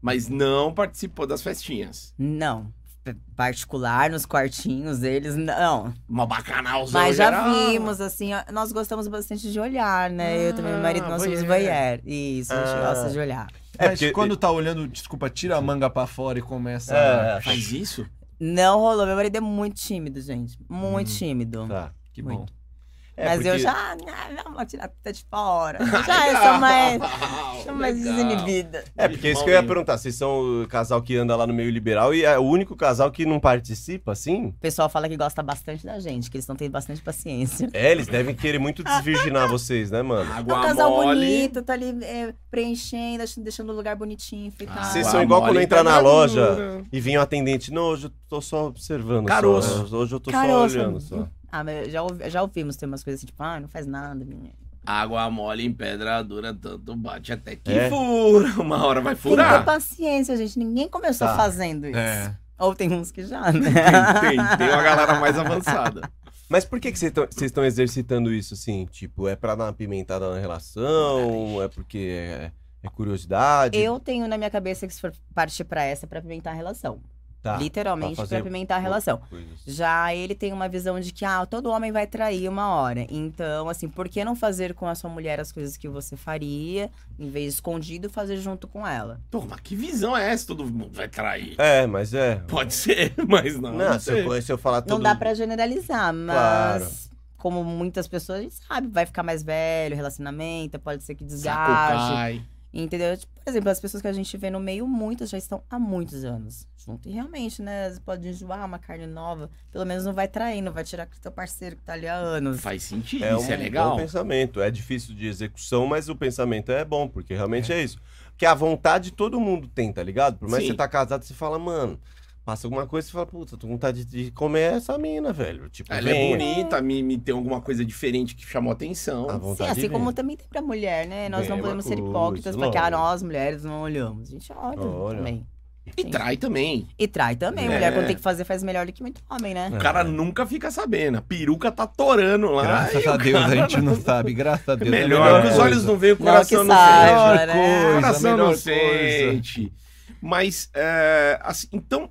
S2: Mas não participou das festinhas.
S4: Não. P- Particular, nos quartinhos deles, não.
S2: Uma bacanalzão
S4: Mas já
S2: geral.
S4: vimos, assim, ó, nós gostamos bastante de olhar, né? eu também, meu
S1: Ah,
S4: marido, nós somos
S1: voyeur.
S4: voyeur. Isso, a gente
S1: Ah.
S4: gosta de olhar.
S1: É,
S3: Mas
S1: porque-
S3: quando tá olhando, desculpa, tira a manga pra fora e começa.
S1: É,
S2: Faz isso?
S4: Não rolou, meu marido é muito tímido, gente. Muito tímido.
S1: tá.
S3: Que bom.
S1: É,
S4: Mas eu
S1: porque-
S4: já. Ah, vamos tirar a teta de fora. Já Ah, eu sou mais. sou mais
S2: Ah, Legal.
S4: desinibida.
S1: É, porque é isso que eu ia perguntar. Vocês são o casal que anda lá no meio liberal e é o único casal que não participa, assim?
S4: O pessoal fala que gosta bastante da gente, que eles não têm bastante paciência.
S1: É, eles devem querer muito desvirginar vocês, né, mano?
S4: É um
S2: Água
S4: casal
S2: mole.
S4: bonito, tá ali é, preenchendo, ach- deixando o lugar bonitinho, enfeitado.
S1: Vocês
S2: Água
S1: são igual quando
S2: mole tá
S1: entra na
S2: encanadura.
S1: E vinha o atendente. Não, hoje eu tô só observando. só.
S2: Caroço.
S1: Hoje eu tô
S4: Caroço.
S1: só olhando. Só.
S4: Ah, mas já, ouvi- já ouvimos ter umas coisas assim, tipo, ah, não faz nada, menina.
S2: Água mole em pedra dura, tanto bate até que
S1: É.
S2: fura. Uma hora vai
S4: Tem que ter
S2: furar.
S4: paciência, gente. Ninguém começou
S1: Tá.
S4: fazendo isso.
S3: É.
S4: Ou tem uns que já, né?
S2: Tem, tem, tem uma galera mais avançada.
S1: Mas por que que vocês tão- vocês estão exercitando isso, assim? Tipo, é pra dar uma pimentada na relação? É porque é, é curiosidade?
S4: Eu tenho na minha cabeça que se for partir pra essa, é pra pimentar a relação.
S1: Tá. assim.
S4: Literalmente,
S1: pra
S4: pra,
S1: fazer
S4: pimentar a relação.
S1: Coisas.
S4: Já ele tem uma visão de que, ah, todo homem vai trair uma hora. Então, assim, por que não fazer com a sua mulher as coisas que você faria, em vez de escondido, fazer junto com ela?
S2: Pô, mas que visão é essa? Todo mundo vai trair.
S1: É, mas é...
S2: Pode ser, mas não.
S1: Não,
S2: Não,
S1: se, eu, se eu falar tudo...
S4: Não dá pra generalizar, mas.
S1: Claro.
S4: Como muitas pessoas, a gente sabe, vai ficar mais velho, relacionamento, pode ser que
S2: Saco
S4: desgaste.
S2: cai.
S4: Entendeu? Tipo, por exemplo, as pessoas que a gente vê no meio, muitas já estão há muitos anos junto. E realmente, né? Você pode enjoar uma carne nova. Pelo menos não vai trair, não vai tirar com o teu parceiro que tá ali há anos.
S2: Faz sentido,
S1: É
S2: isso
S1: um
S2: é legal.
S1: bom pensamento. É difícil de execução, mas o pensamento é bom, porque realmente é, isso. Porque a vontade todo mundo tem, tá ligado? Por mais que
S2: Sim.
S1: você tá casado, você fala, mano, passa alguma coisa, você fala, puta, tô com vontade de comer essa mina, velho. Tipo,
S2: Ela é
S1: vem.
S2: bonita, me, me tem alguma coisa diferente que chamou atenção.
S1: A
S4: Sim,
S1: vontade
S4: assim
S1: vem.
S4: como também tem pra mulher, né? Nós não
S1: Mesma
S4: podemos ser
S1: coisa,
S4: hipócritas porque ah,
S1: lógico.
S4: nós mulheres não olhamos. A gente olha,
S1: Olha.
S4: também.
S2: e trai também.
S4: E trai também.
S2: É.
S4: Mulher, quando tem que fazer, faz melhor do que muito homem, né?
S2: O cara nunca fica sabendo. A peruca tá torando lá.
S3: Graças a Deus, a gente não sabe. Graças a Deus.
S2: Melhor,
S3: É a
S2: que os
S3: coisa.
S2: olhos não veem, o
S4: Não,
S2: coração
S4: que
S2: não,
S4: saiba,
S2: sente.
S4: né?
S2: O
S3: Coisa,
S2: coração
S3: melhor
S2: não
S3: coisa.
S2: sente. Mas, é, assim, então,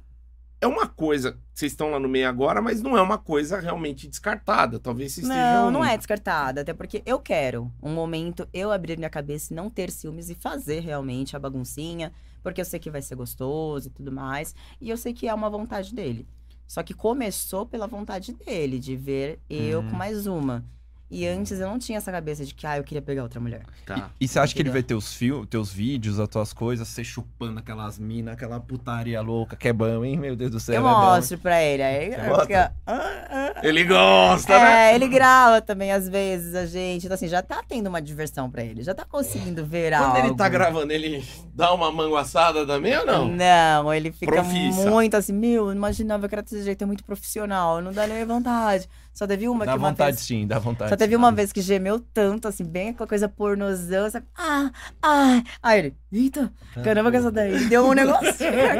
S2: é uma coisa. Vocês estão lá no meio agora, mas não é uma coisa realmente descartada. Talvez vocês estejam.
S4: Não, não é descartada. Até porque eu quero um momento eu abrir minha cabeça e não ter ciúmes e fazer realmente a baguncinha. Porque eu sei que vai ser gostoso e tudo mais. E eu sei que é uma vontade dele. Só que começou pela vontade dele, de ver eu
S3: Hum.
S4: com mais uma. E antes eu não tinha essa cabeça de que, ah, eu queria pegar outra mulher.
S2: Tá.
S3: E você acha que ele vê teus, fio, teus vídeos, as tuas coisas, você chupando aquelas minas, aquela putaria louca, que é bom, hein? Meu Deus do céu.
S4: eu
S3: é bom.
S4: mostro pra ele. Aí,
S1: mostra?
S4: fica, "Ah, ah,
S2: Ele gosta, né?
S4: É, ele grava também, às vezes, a gente. Então, assim, já tá tendo uma diversão pra ele. Já tá conseguindo ver
S2: Quando
S4: algo.
S2: ele tá gravando, ele dá uma manguaçada também ou não?
S4: Não, ele fica
S2: Profissa.
S4: muito assim, meu, imaginava que era desse jeito, é muito profissional, não dá nem vontade. Só teve uma
S3: Dá
S4: que uma
S3: vontade
S4: vez...
S3: sim, dá vontade.
S4: Só teve
S3: sim.
S4: uma vez que gemeu tanto, assim, bem aquela coisa pornozão, sabe? Ah, ah. Aí ele, eita,
S2: Tá
S4: caramba que essa daí deu um negócio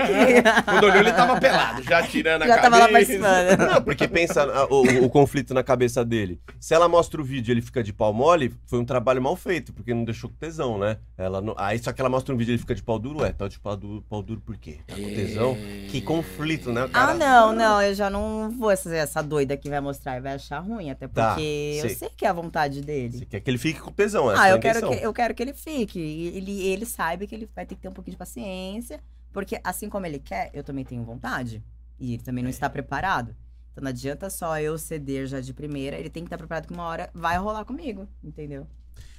S4: aqui.
S2: Quando olhou, ele tava pelado, já tirando a
S4: Já
S2: cabeça.
S4: tava lá participando.
S1: Não, porque pensa na- o, o conflito na cabeça dele. Se ela mostra o vídeo e ele fica de pau mole, foi um trabalho mal feito, porque não deixou com tesão, né? Ela não- Aí só que ela mostra um vídeo e ele fica de pau duro, ué, tá de pau duro, pau duro por quê? Tá com tesão? Que conflito, né, cara?
S4: Ah, não, não, eu já não vou ser essa doida que vai mostrar e vai achar ruim, até porque
S1: Tá,
S4: eu
S1: sei.
S4: sei que é a vontade dele.
S1: Você quer que ele fique com tesão, essa
S4: Ah,
S1: é a
S4: eu quero,
S1: intenção.
S4: que, eu quero que ele fique. E Ele, ele sabe que ele vai ter que ter um pouquinho de paciência, porque assim como ele quer, eu também tenho vontade. E ele também não está preparado. Então não adianta só eu ceder já de primeira, ele tem que estar preparado que uma hora vai rolar comigo, entendeu?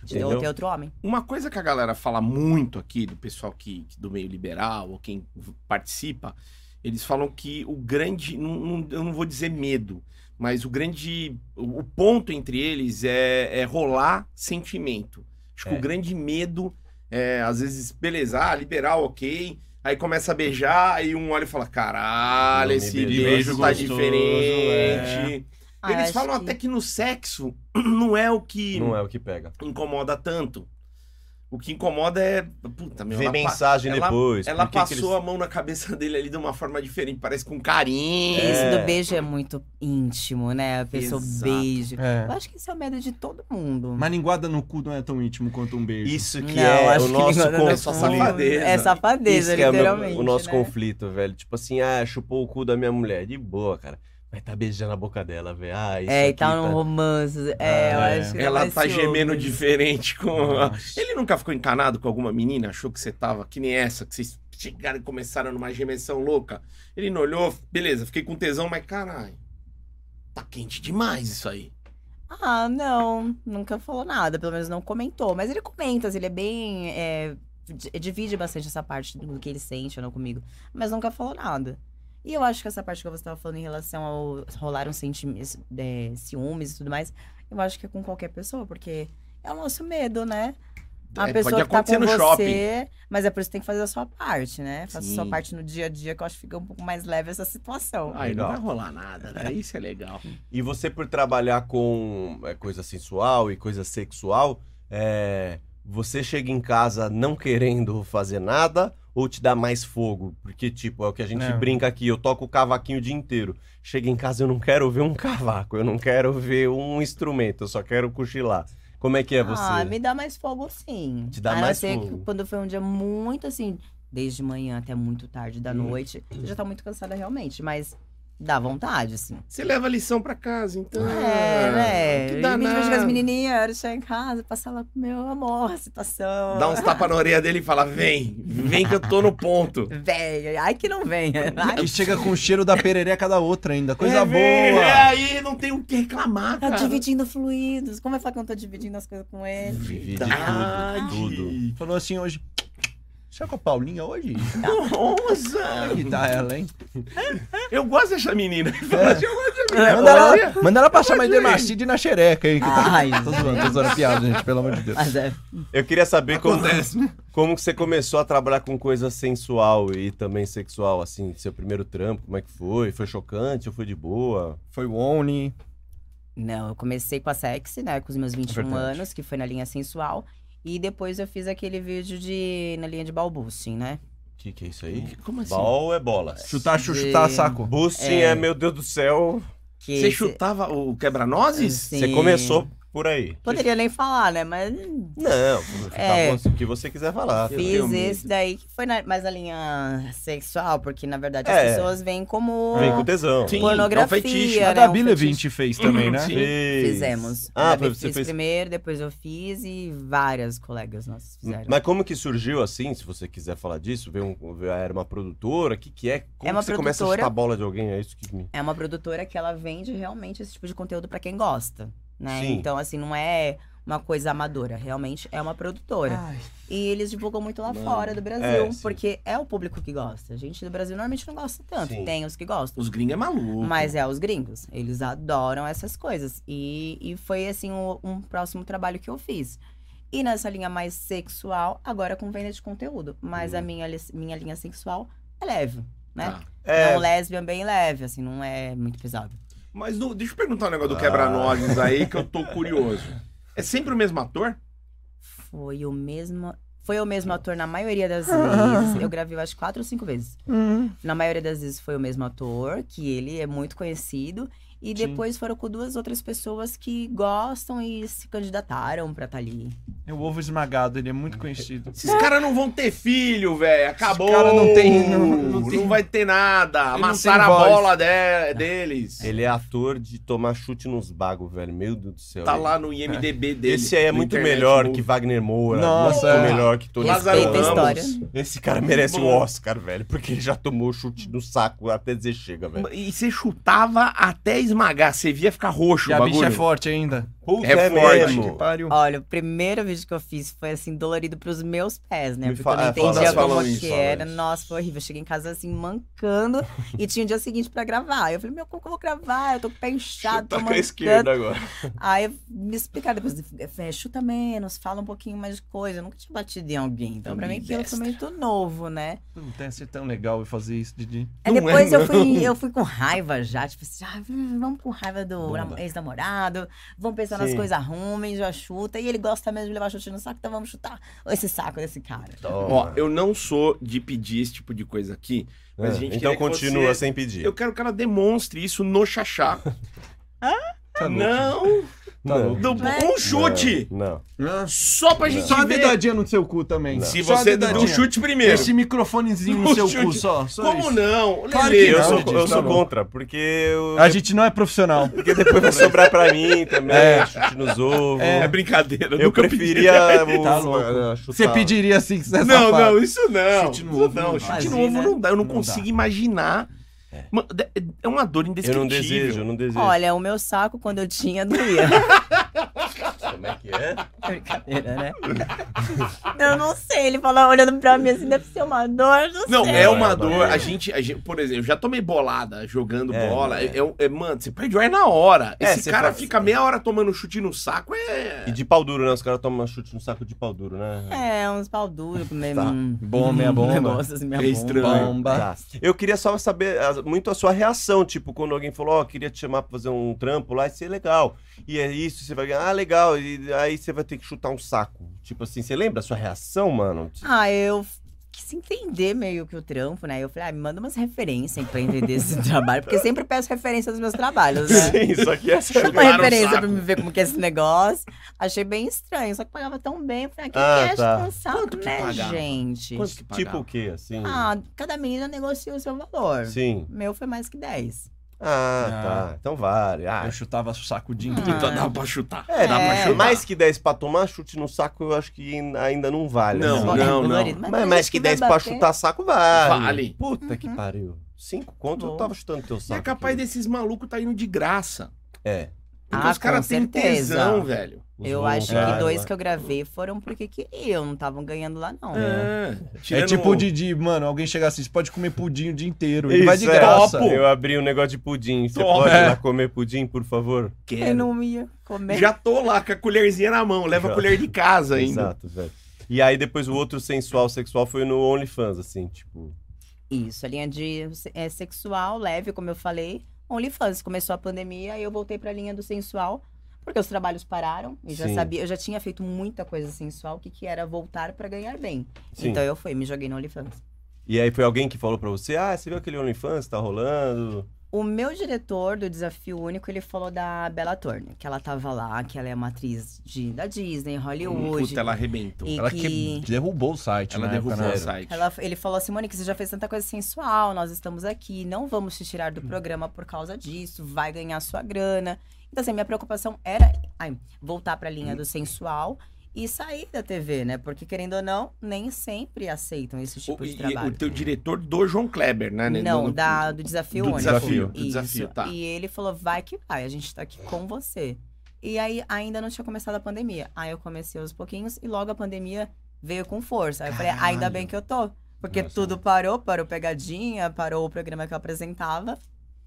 S4: De
S1: Entendeu?
S4: eu ter outro homem.
S2: Uma coisa que a galera fala muito aqui, do pessoal que, que do meio liberal, ou quem v- participa, eles falam que o grande, não- não- eu não vou dizer medo, mas o grande, o o ponto entre eles é, é rolar sentimento. Acho que o grande medo é, às vezes, beleza, ah, liberal, ok. Aí começa a beijar, aí um olha e fala: caralho,
S1: Não,
S2: esse
S1: me
S2: beijo,
S1: beijou
S2: tá
S1: gostoso, é."
S2: diferente.
S4: Ah,
S2: Eles
S4: acho
S2: falam até que no sexo não é o que
S1: Não é o que pega.
S2: incomoda tanto. O que incomoda é. Puta, meu
S1: Vê
S2: ela pa-
S1: mensagem
S2: ela-
S1: depois.
S2: Ela
S1: por que que
S2: passou a mão na cabeça dele ali de uma forma diferente, parece com carinho.
S4: Isso
S1: É.
S4: do beijo é muito íntimo, né? A pessoa
S2: Exato.
S4: beijo.
S3: É.
S4: Eu acho que isso é o medo de todo mundo.
S5: Mas linguada no cu não é tão íntimo quanto um beijo.
S1: Isso que
S4: Não,
S1: é
S4: acho
S1: o
S4: que
S1: nosso
S4: ninguém-
S2: é só
S1: conflito.
S2: safadeza.
S4: É safadeza,
S1: Isso que é o meu-
S4: literalmente.
S1: o nosso
S4: né?
S1: conflito, velho. Tipo assim, ah, chupou o cu da minha mulher. De boa, cara. Mas tá beijando a boca dela, velho. Ah, isso
S4: É, e
S1: aqui
S4: tá num
S1: tá...
S4: romance.
S3: Ah,
S4: É, eu
S3: é.
S4: acho que
S2: Ela
S4: vai
S2: tá
S4: ser um-
S2: gemendo
S4: outro.
S2: diferente com. a-
S1: Nossa.
S2: Ele nunca ficou encanado com alguma menina, achou que você tava que nem essa, que vocês chegaram e começaram numa gemessão louca. Ele não olhou, beleza, fiquei com tesão, mas caralho, tá quente demais isso aí.
S4: Ah, não. Nunca falou nada, pelo menos não comentou. Mas ele comenta, assim, ele é bem. é, di- divide bastante essa parte do que ele sente ou não comigo. Mas nunca falou nada. E eu acho que essa parte que você tava falando em relação ao rolar uns sentimentos, é, ciúmes e tudo mais, eu acho que é com qualquer pessoa, porque é o nosso medo, né? A
S2: É,
S4: pessoa que tá
S2: acontecer
S4: com você, mas é por isso que tem que fazer a sua parte, né? Faça a sua
S2: Sim. Ah,
S4: parte no dia a dia, que eu acho que fica um pouco mais leve essa situação.
S2: Aí
S1: Legal.
S2: não vai rolar nada, né? Isso é legal.
S1: E você, por trabalhar com é, coisa sensual e coisa sexual, é, você chega em casa não querendo fazer nada ou te dá mais fogo? Porque, tipo, é o que a gente
S3: Não.
S1: brinca aqui, eu toco o cavaquinho o dia inteiro. Chega em casa, eu não quero ver um cavaco, eu não quero ver um instrumento, eu só quero cochilar. Como é que é você?
S4: Ah, me dá mais fogo sim.
S1: Te dá
S4: a não
S1: mais
S4: ser que
S1: fogo.
S4: Quando foi um dia muito assim, desde manhã até muito tarde da
S2: Hum.
S4: noite, você já tá muito cansada realmente, mas dá vontade, assim.
S2: Você leva a lição pra casa, então.
S4: É, né?
S2: Que
S4: E
S2: dá
S4: me divertir com as
S2: nada.
S4: menininhas, eu chegar em casa, passar lá com meu amor, a situação.
S2: Dá uns tapas na orelha dele e fala: vem, vem que eu tô no ponto.
S4: Velho, ai que não venha. né? Ai,
S3: E chega com o cheiro da perereca da outra ainda. Coisa
S2: É,
S3: boa.
S2: vem, É aí, não tem o que reclamar,
S4: tá
S2: cara.
S4: dividindo fluidos. Como é que eu não tô dividindo as coisas com ele?
S1: Divide
S2: Verdade.
S1: tudo,
S3: Falou assim hoje. Será que a Paulinha hoje?
S2: Nossa!
S3: Que tá ela, hein?
S2: Eu gosto dessa menina.
S3: Manda ela, manda ela passar mais demacide na xereca, hein? Que tá...
S4: Ai,
S3: Tô zoando, tô zoando a piada, gente, pelo amor de Deus.
S4: mas é.
S1: Eu queria saber como,
S5: Acontece, né?
S1: como que você começou a trabalhar com coisa sensual e também sexual, assim, seu primeiro trampo, como é que foi? Foi chocante ou foi de boa?
S3: Foi o Oni.
S4: Não, eu comecei com a sexy, né? Com os meus 21
S3: Verdade.
S4: anos, que foi na linha sensual. E depois eu fiz aquele vídeo de na linha de balbucing, né?
S1: O que, que é isso aí?
S2: Como assim?
S1: Ball é bola.
S3: Chutar, chu- chutar
S4: Sim.
S3: saco.
S1: Boosting é. meu Deus do céu.
S4: Que
S2: Você
S4: esse-
S2: chutava o quebra-nozes?
S4: Sim.
S1: Você começou por aí.
S4: Poderia nem falar, né? Mas
S1: Não, fica
S4: É.
S1: bom, o que você quiser falar.
S2: Eu
S4: fiz
S2: tenho medo.
S4: esse daí que foi na- mais na linha sexual, porque na verdade
S1: É.
S4: as pessoas veem como
S1: Vem com tesão. Ah,
S2: Sim,
S4: pornografia.
S2: é um fetiche.
S4: né?
S3: A
S4: Um
S3: Gabi
S4: fetiche.
S3: Levinte fez também, né?
S2: Sim.
S1: Fiz.
S4: Fizemos.
S1: Ah,
S4: Gabi
S1: você
S4: fez
S1: fez-
S4: primeiro, depois eu fiz e várias colegas nossas fizeram.
S1: Hum, Mas como que surgiu assim, se você quiser falar disso? Veio um, veio- era uma produtora? O que, que é? Como
S4: É uma
S1: que você começa a
S4: produtora.
S1: chutar a bola de alguém? É isso que me.
S4: É uma produtora que ela vende realmente esse tipo de conteúdo pra quem gosta, né?
S1: Sim.
S4: Então, assim, não é uma coisa amadora, realmente é uma
S3: Ah,
S4: produtora.
S5: Ai,
S4: E eles divulgam muito lá
S2: Mano,
S4: fora do
S1: é,
S4: Brasil,
S1: sim.
S4: porque é o público que gosta. A gente do Brasil normalmente não gosta tanto,
S1: Sim. Uhum.
S4: tem os que gostam.
S2: Os gringos é maluco.
S4: Mas é os gringos, eles adoram essas coisas. E, e foi, assim, um, um próximo trabalho que eu fiz. E nessa linha mais sexual, agora com venda de conteúdo. Mas
S1: Uhum.
S4: a minha, li- minha linha sexual é leve, né?
S2: Tá.
S1: É,
S4: É um lésbian bem leve, assim, não é muito pesado.
S2: Mas no- deixa eu perguntar um negócio do
S1: Ah.
S2: quebra-nozes aí que eu tô curioso. É sempre o mesmo ator?
S4: Foi o mesmo. Foi o mesmo ator na maioria das vezes. Eu gravei, eu acho, quatro ou cinco vezes.
S1: Hum.
S4: Na maioria das vezes foi o mesmo ator, que ele é muito conhecido. E depois foram com duas outras pessoas que gostam e se candidataram pra estar ali.
S3: É o ovo esmagado, ele é muito conhecido.
S2: Esses caras não vão ter filho, velho. Acabou.
S3: caras não tem-
S2: Não,
S3: não- não tem-
S2: vai ter nada.
S3: Ele não
S2: Amassaram a
S3: tem voz.
S2: bola de- deles.
S1: ele é ator de tomar chute nos bagos, velho. Meu Deus do céu.
S2: Tá lá no IMDB dele.
S1: Esse aí é
S2: no
S1: muito
S2: Internet
S1: melhor que
S2: Movie.
S1: Wagner Moura.
S3: Nossa,
S1: muito
S3: é.
S1: melhor que Tony
S2: Lázaro
S4: Respeita a
S1: Ramos.
S4: história.
S1: Esse cara merece o
S2: Mano.
S1: Oscar, velho, porque ele já tomou chute no saco até dizer chega, velho.
S2: E você chutava até esmagar, você via ficar roxo
S3: E
S2: o
S3: a
S2: um bagulho.
S3: bicha é forte ainda.
S1: Puta,
S2: É
S1: é,
S2: forte,
S1: mesmo.
S3: pariu.
S4: Olha, o primeiro vídeo que eu fiz foi assim, dolorido pros meus pés, né?
S1: Me
S4: Porque
S1: fa-
S4: eu não
S1: é, fala-
S4: entendia
S2: falam
S4: como
S2: isso,
S4: que
S2: falam
S4: era.
S2: isso.
S4: Nossa, foi horrível. Eu cheguei em casa assim, mancando, e tinha o dia seguinte pra gravar. Eu falei, meu, como que eu vou gravar? Eu tô com o pé inchado,
S1: Tá com
S4: tô
S1: a
S4: mancando.
S1: esquerda agora.
S4: Aí me explicaram depois, é, chuta menos, fala um pouquinho mais de coisa. Eu nunca tinha batido em alguém. Então, pra mim, aquilo foi muito novo, né?
S3: Não deve ser tão legal eu fazer isso, Didi.
S4: Aí
S2: Não é,
S4: depois eu,
S2: não.
S4: fui, eu fui com raiva já, tipo assim, ah, hum, vamos com raiva do
S3: Bunda.
S4: namo- ex-namorado, vamos pensar nas
S1: Sim.
S4: coisas ruins, já chuta, e ele gosta mesmo de levar chute no saco, então vamos chutar esse saco desse cara.
S2: Ó, eu não sou de pedir esse tipo de coisa aqui, mas a gente
S1: então
S2: queria que
S1: continua
S2: você-
S1: sem pedir.
S2: Eu quero que ela demonstre isso no xaxá.
S3: Tá louco.
S2: não,
S1: Tá louco.
S2: do, um chute!
S1: Não.
S5: Ah,
S2: Só pra gente
S5: Só a
S2: ver.
S5: dedadinha no seu cu também.
S2: Se
S5: Só a
S2: você der um
S5: dedadinha.
S2: chute primeiro.
S5: Esse microfonezinho no
S2: Um
S5: seu cu
S2: chute.
S5: só. só
S2: Como
S5: isso.
S2: não?
S5: Claro
S2: Lelê,
S5: que
S1: Eu
S5: não,
S1: sou,
S5: Didi,
S1: eu
S5: tá
S1: sou
S5: bom.
S1: contra, porque eu,
S3: A gente não é profissional.
S1: porque depois vai sobrar pra mim também, chute nos ovos.
S2: É brincadeira, eu
S1: eu
S2: nunca
S1: preferia o,
S3: Tá louco.
S1: ah, chutar.
S3: Você pediria assim, que você é
S2: É Não,
S3: safado.
S2: não, isso não.
S5: Chute no
S2: Isso
S5: ovo
S2: não,
S5: não
S2: chute
S4: dá.
S2: no ovo não dá. Eu não,
S3: Não
S2: consigo
S3: dá.
S2: imaginar. Mano, de- É uma dor
S1: Eu
S2: indescritível.
S1: não desejo, eu não desejo.
S4: Olha, o meu saco, quando eu tinha, doía.
S1: Como é que é?
S4: Brincadeira, né? eu não sei, ele falou olhando pra mim assim, deve ser uma dor, não,
S2: Não,
S4: sei.
S2: é,
S1: É,
S2: uma
S1: é,
S2: dor.
S1: mas-
S2: A gente, a gente- por exemplo, eu já tomei bolada jogando
S1: É,
S2: bola.
S1: é.
S2: É, é- mano, você perde o ar na hora.
S1: É,
S2: Esse
S1: você
S2: cara
S1: faz-
S2: fica meia hora tomando chute no saco, é.
S4: Ah.
S1: E de pau duro, né? Os caras tomam chute no saco de pau duro, né?
S4: É, uns pau duro, meio...
S1: Tá.
S4: um-
S3: Bom, minha
S4: um
S3: bomba.
S4: negócio assim, minha
S2: É
S4: bomba.
S2: estranho.
S3: Bomba.
S1: Tá. Eu queria só saber ah, muito a sua reação, tipo, quando alguém falou, ó, queria te chamar pra fazer um trampo lá, isso é legal. E é isso, você vai ganhar, ah, legal, e aí você vai ter que chutar um saco. Tipo assim, você lembra a sua reação, mano?
S4: Ah, eu quis entender meio que o trampo, né? Eu falei, ah, me manda umas referências aí pra entender esse trabalho, porque eu sempre peço referência dos meus trabalhos, né?
S1: Sim, só que essa
S4: Uma
S2: Chutaram o
S4: referência
S2: saco.
S4: pra me ver como que é esse negócio. Achei bem estranho, só que pagava tão bem. Eu Falei, ah, que
S1: Ah,
S4: ah,
S1: tá.
S4: um saco,
S2: Quanto que
S4: né,
S2: pagava?
S4: gente?
S2: Quanto que
S1: Tipo
S2: pagava?
S1: o quê, assim?
S4: Ah, cada menina negocia o seu valor.
S1: Sim.
S4: Meu foi mais que 10.
S1: Ah, tá. Então vale. Ah,
S3: Eu chutava saco o dia
S4: Ah.
S3: inteiro.
S2: Puta, dá pra chutar.
S1: é,
S2: dá pra
S4: é.
S2: chutar.
S1: mais que 10 pra tomar, chute no saco, eu acho que ain- ainda não vale.
S2: Não,
S1: assim.
S4: Agora
S2: não, não.
S4: dolorido,
S1: Mas,
S4: tem
S1: mais
S4: gente
S1: que
S4: vai
S1: 10 pra
S4: bater.
S1: chutar saco vale.
S2: Vale.
S1: Puta que pariu. 5 conto eu
S4: Bom.
S1: tava chutando teu
S2: Uhum. E
S1: saco.
S2: é capaz
S1: aqui.
S2: desses malucos tá indo de graça.
S1: É.
S2: Porque
S4: Ah,
S2: os caras
S4: com
S2: têm
S4: certeza.
S2: tesão, velho.
S1: Os
S4: Eu acho que
S1: voluntários
S4: dois
S1: lá.
S4: que eu gravei foram porque queriam, não estavam ganhando lá, não.
S2: É,
S3: É
S2: Tirando
S3: tipo o Didi, mano. Alguém chega assim, você pode comer pudim o dia inteiro. Ele
S1: Isso,
S3: vai de
S1: é.
S3: graça.
S2: Topo.
S1: Eu abri um negócio de pudim. Você
S2: Toma.
S1: pode
S3: É.
S1: ir lá comer pudim, por favor?
S4: Eu
S2: Quero.
S4: não ia comer.
S2: Já tô lá com a colherzinha na mão. Leva a
S1: Já.
S2: colher de casa ainda.
S1: Exato, velho. E aí depois o outro sensual, sexual foi no OnlyFans, assim, tipo.
S4: Isso, a linha de se- é, sexual, leve, como eu falei, OnlyFans. Começou a pandemia e eu voltei pra linha do sensual, porque os trabalhos pararam e já
S1: Sim.
S4: sabia, eu já tinha feito muita coisa sensual, o que, que era voltar pra ganhar bem.
S1: Sim.
S4: Então eu fui, me joguei no OnlyFans.
S1: E aí foi alguém que falou pra você, ah, você viu aquele OnlyFans, tá rolando.
S4: O meu diretor do Desafio Único, ele falou da Bella Thorne, que ela tava lá, que ela é uma atriz de, da
S1: Hum,
S4: Disney, Hollywood.
S2: Puta, ela arrebentou.
S4: E
S3: Ela
S4: que...
S3: que derrubou o site,
S2: Ela
S3: na época,
S2: derrubou o
S3: né?
S2: site.
S4: Ela- ele falou assim, Mônica, você já fez tanta coisa sensual, nós estamos aqui, não vamos te tirar
S2: Hum.
S4: do programa por causa disso, vai ganhar sua grana. Então, assim, minha preocupação era ai, voltar pra
S2: Uhum.
S4: linha do sensual e sair da TV, né? Porque, querendo ou não, nem sempre aceitam esse tipo
S2: O,
S4: de
S2: e- o
S4: trabalho.
S2: teu diretor do João Kleber, né? né?
S4: Não,
S2: No-
S4: da, do desafio
S2: do
S4: único.
S2: desafio, do
S4: Isso.
S2: desafio, tá.
S4: E ele falou, vai que vai, a gente tá aqui com você. E aí, ainda não tinha começado a pandemia. Aí eu comecei aos pouquinhos e logo a pandemia veio com força. Aí eu falei,
S2: Caralho.
S4: ainda bem que eu tô. Porque
S1: Nossa.
S4: tudo parou, parou pegadinha, parou o programa que eu apresentava.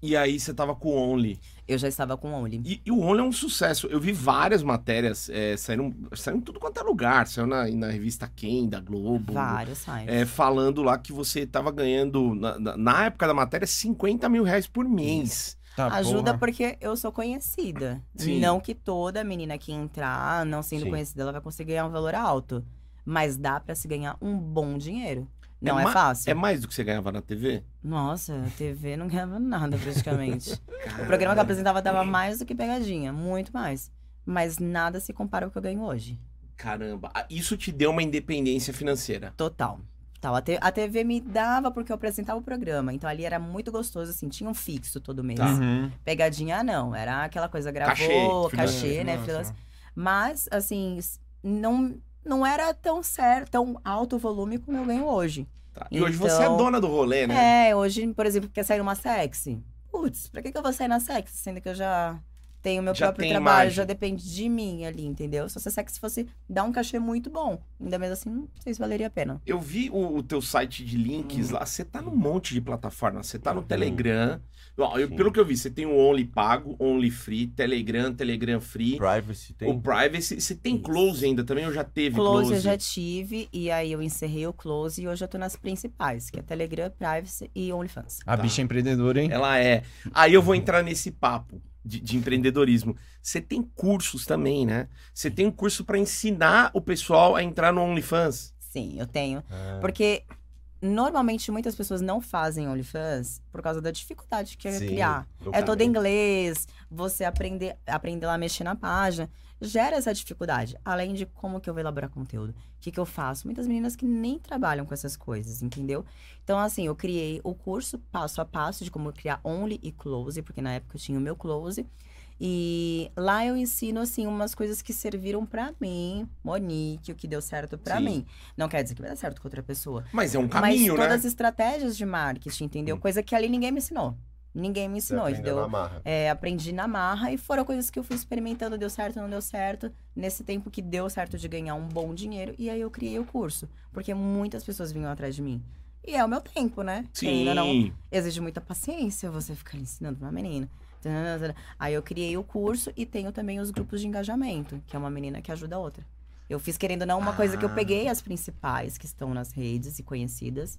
S2: E aí você tava com o Only.
S4: Eu já estava com o Only.
S2: E, e o Only é um sucesso. Eu vi várias matérias, é, saíram, saíram em tudo quanto é lugar. Saiu na, na revista Quem, da Globo.
S4: Vários sites.
S2: é, falando lá que você tava ganhando, na, na- na época da matéria, 50 mil reais por mês.
S3: Tá,
S4: Ajuda
S3: porra.
S4: porque eu sou conhecida.
S2: Sim.
S4: Não que toda menina que entrar, não sendo
S1: Sim.
S4: conhecida, ela vai conseguir ganhar um valor alto. Mas dá pra se ganhar um bom dinheiro. Não é,
S2: ma-
S4: fácil.
S2: É mais do que você ganhava na TV?
S4: Nossa, a TV não ganhava nada praticamente. o programa que eu apresentava dava mais do que pegadinha, muito mais. Mas nada se compara ao que eu ganho hoje.
S2: Caramba, ah, isso te deu uma independência financeira.
S4: Total. Tal, a, te- a TV me dava porque eu apresentava o programa. Então ali era muito gostoso, assim, tinha um fixo todo mês.
S3: Uhum.
S4: Pegadinha não, era aquela coisa,
S2: Cachê,
S4: gravou, cachê,
S5: freelance,
S4: né?
S5: freelance,
S4: freelance. Mas, assim, s- não, não era tão certo, tão alto o volume como eu ganho hoje.
S2: Tá. E hoje
S4: Então-
S2: você é dona do rolê, né?
S4: É, hoje, por exemplo, quer sair uma sexy. putz, pra que, que eu vou sair na sex? Sendo que eu já tenho meu
S2: Já
S4: próprio
S2: tem
S4: trabalho,
S2: imagem.
S4: já depende de mim ali, entendeu? Só se a sex fosse dar um cachê muito bom. Ainda mesmo assim, não sei se valeria a pena.
S2: Eu vi o, o teu site de
S4: Hum.
S2: links lá, você tá num monte de plataforma, você tá no
S1: Uhum.
S2: Telegram. Ó, eu-
S1: Sim.
S2: pelo que eu vi, você tem o Only Pago, Only Free, Telegram, Telegram Free,
S1: Privacy tem.
S2: o Privacy, você tem
S1: Isso.
S2: Close ainda também, eu já teve
S4: Close,
S2: Close.
S4: eu já tive, e aí eu encerrei o Close e hoje eu tô nas principais, que é Telegram, Privacy e OnlyFans.
S3: A
S2: Tá.
S3: bicha é empreendedora, hein?
S2: Ela é. Aí eu vou entrar nesse papo de, de empreendedorismo. Você tem cursos também, né? Você tem um curso pra ensinar o pessoal a entrar no OnlyFans.
S4: Sim, eu tenho.
S1: Ah,
S4: Porque normalmente muitas pessoas não fazem OnlyFans por causa da dificuldade que é
S1: sim,
S4: criar.
S1: eu
S4: É todo
S1: também.
S4: em inglês, você aprender, aprender lá a mexer na página. Gera essa dificuldade. Além de como que eu vou elaborar conteúdo, o que, que eu faço. Muitas meninas que nem trabalham com essas coisas, entendeu? Então, assim, eu criei o curso passo a passo de como criar only e close, porque na época eu tinha o meu close. E lá eu ensino, assim, umas coisas que serviram pra mim, Monique, o que deu certo pra
S2: Sim.
S4: mim. Não quer dizer que vai dar certo com outra pessoa.
S2: Mas é um caminho,
S4: Mas todas
S2: né?
S4: as estratégias de marketing, entendeu?
S1: Hum.
S4: Coisa que ali ninguém me ensinou. Ninguém me
S1: Você
S4: ensinou,
S1: aprendeu
S4: entendeu?
S1: na marra.
S4: É, aprendi na marra e foram coisas que eu fui experimentando, deu certo, não deu certo. Nesse tempo que deu certo de ganhar um bom dinheiro, e aí eu criei o curso. Porque muitas pessoas vinham atrás de mim. E é o meu tempo, né?
S2: Sim.
S4: Ainda não exige muita paciência você ficar ali ensinando pra uma menina. Tananana. Aí eu criei o curso e tenho também os grupos de engajamento, que é uma menina que ajuda a outra. Eu fiz querendo ou não uma coisa que eu
S2: Ah.
S4: peguei as principais que estão nas redes e conhecidas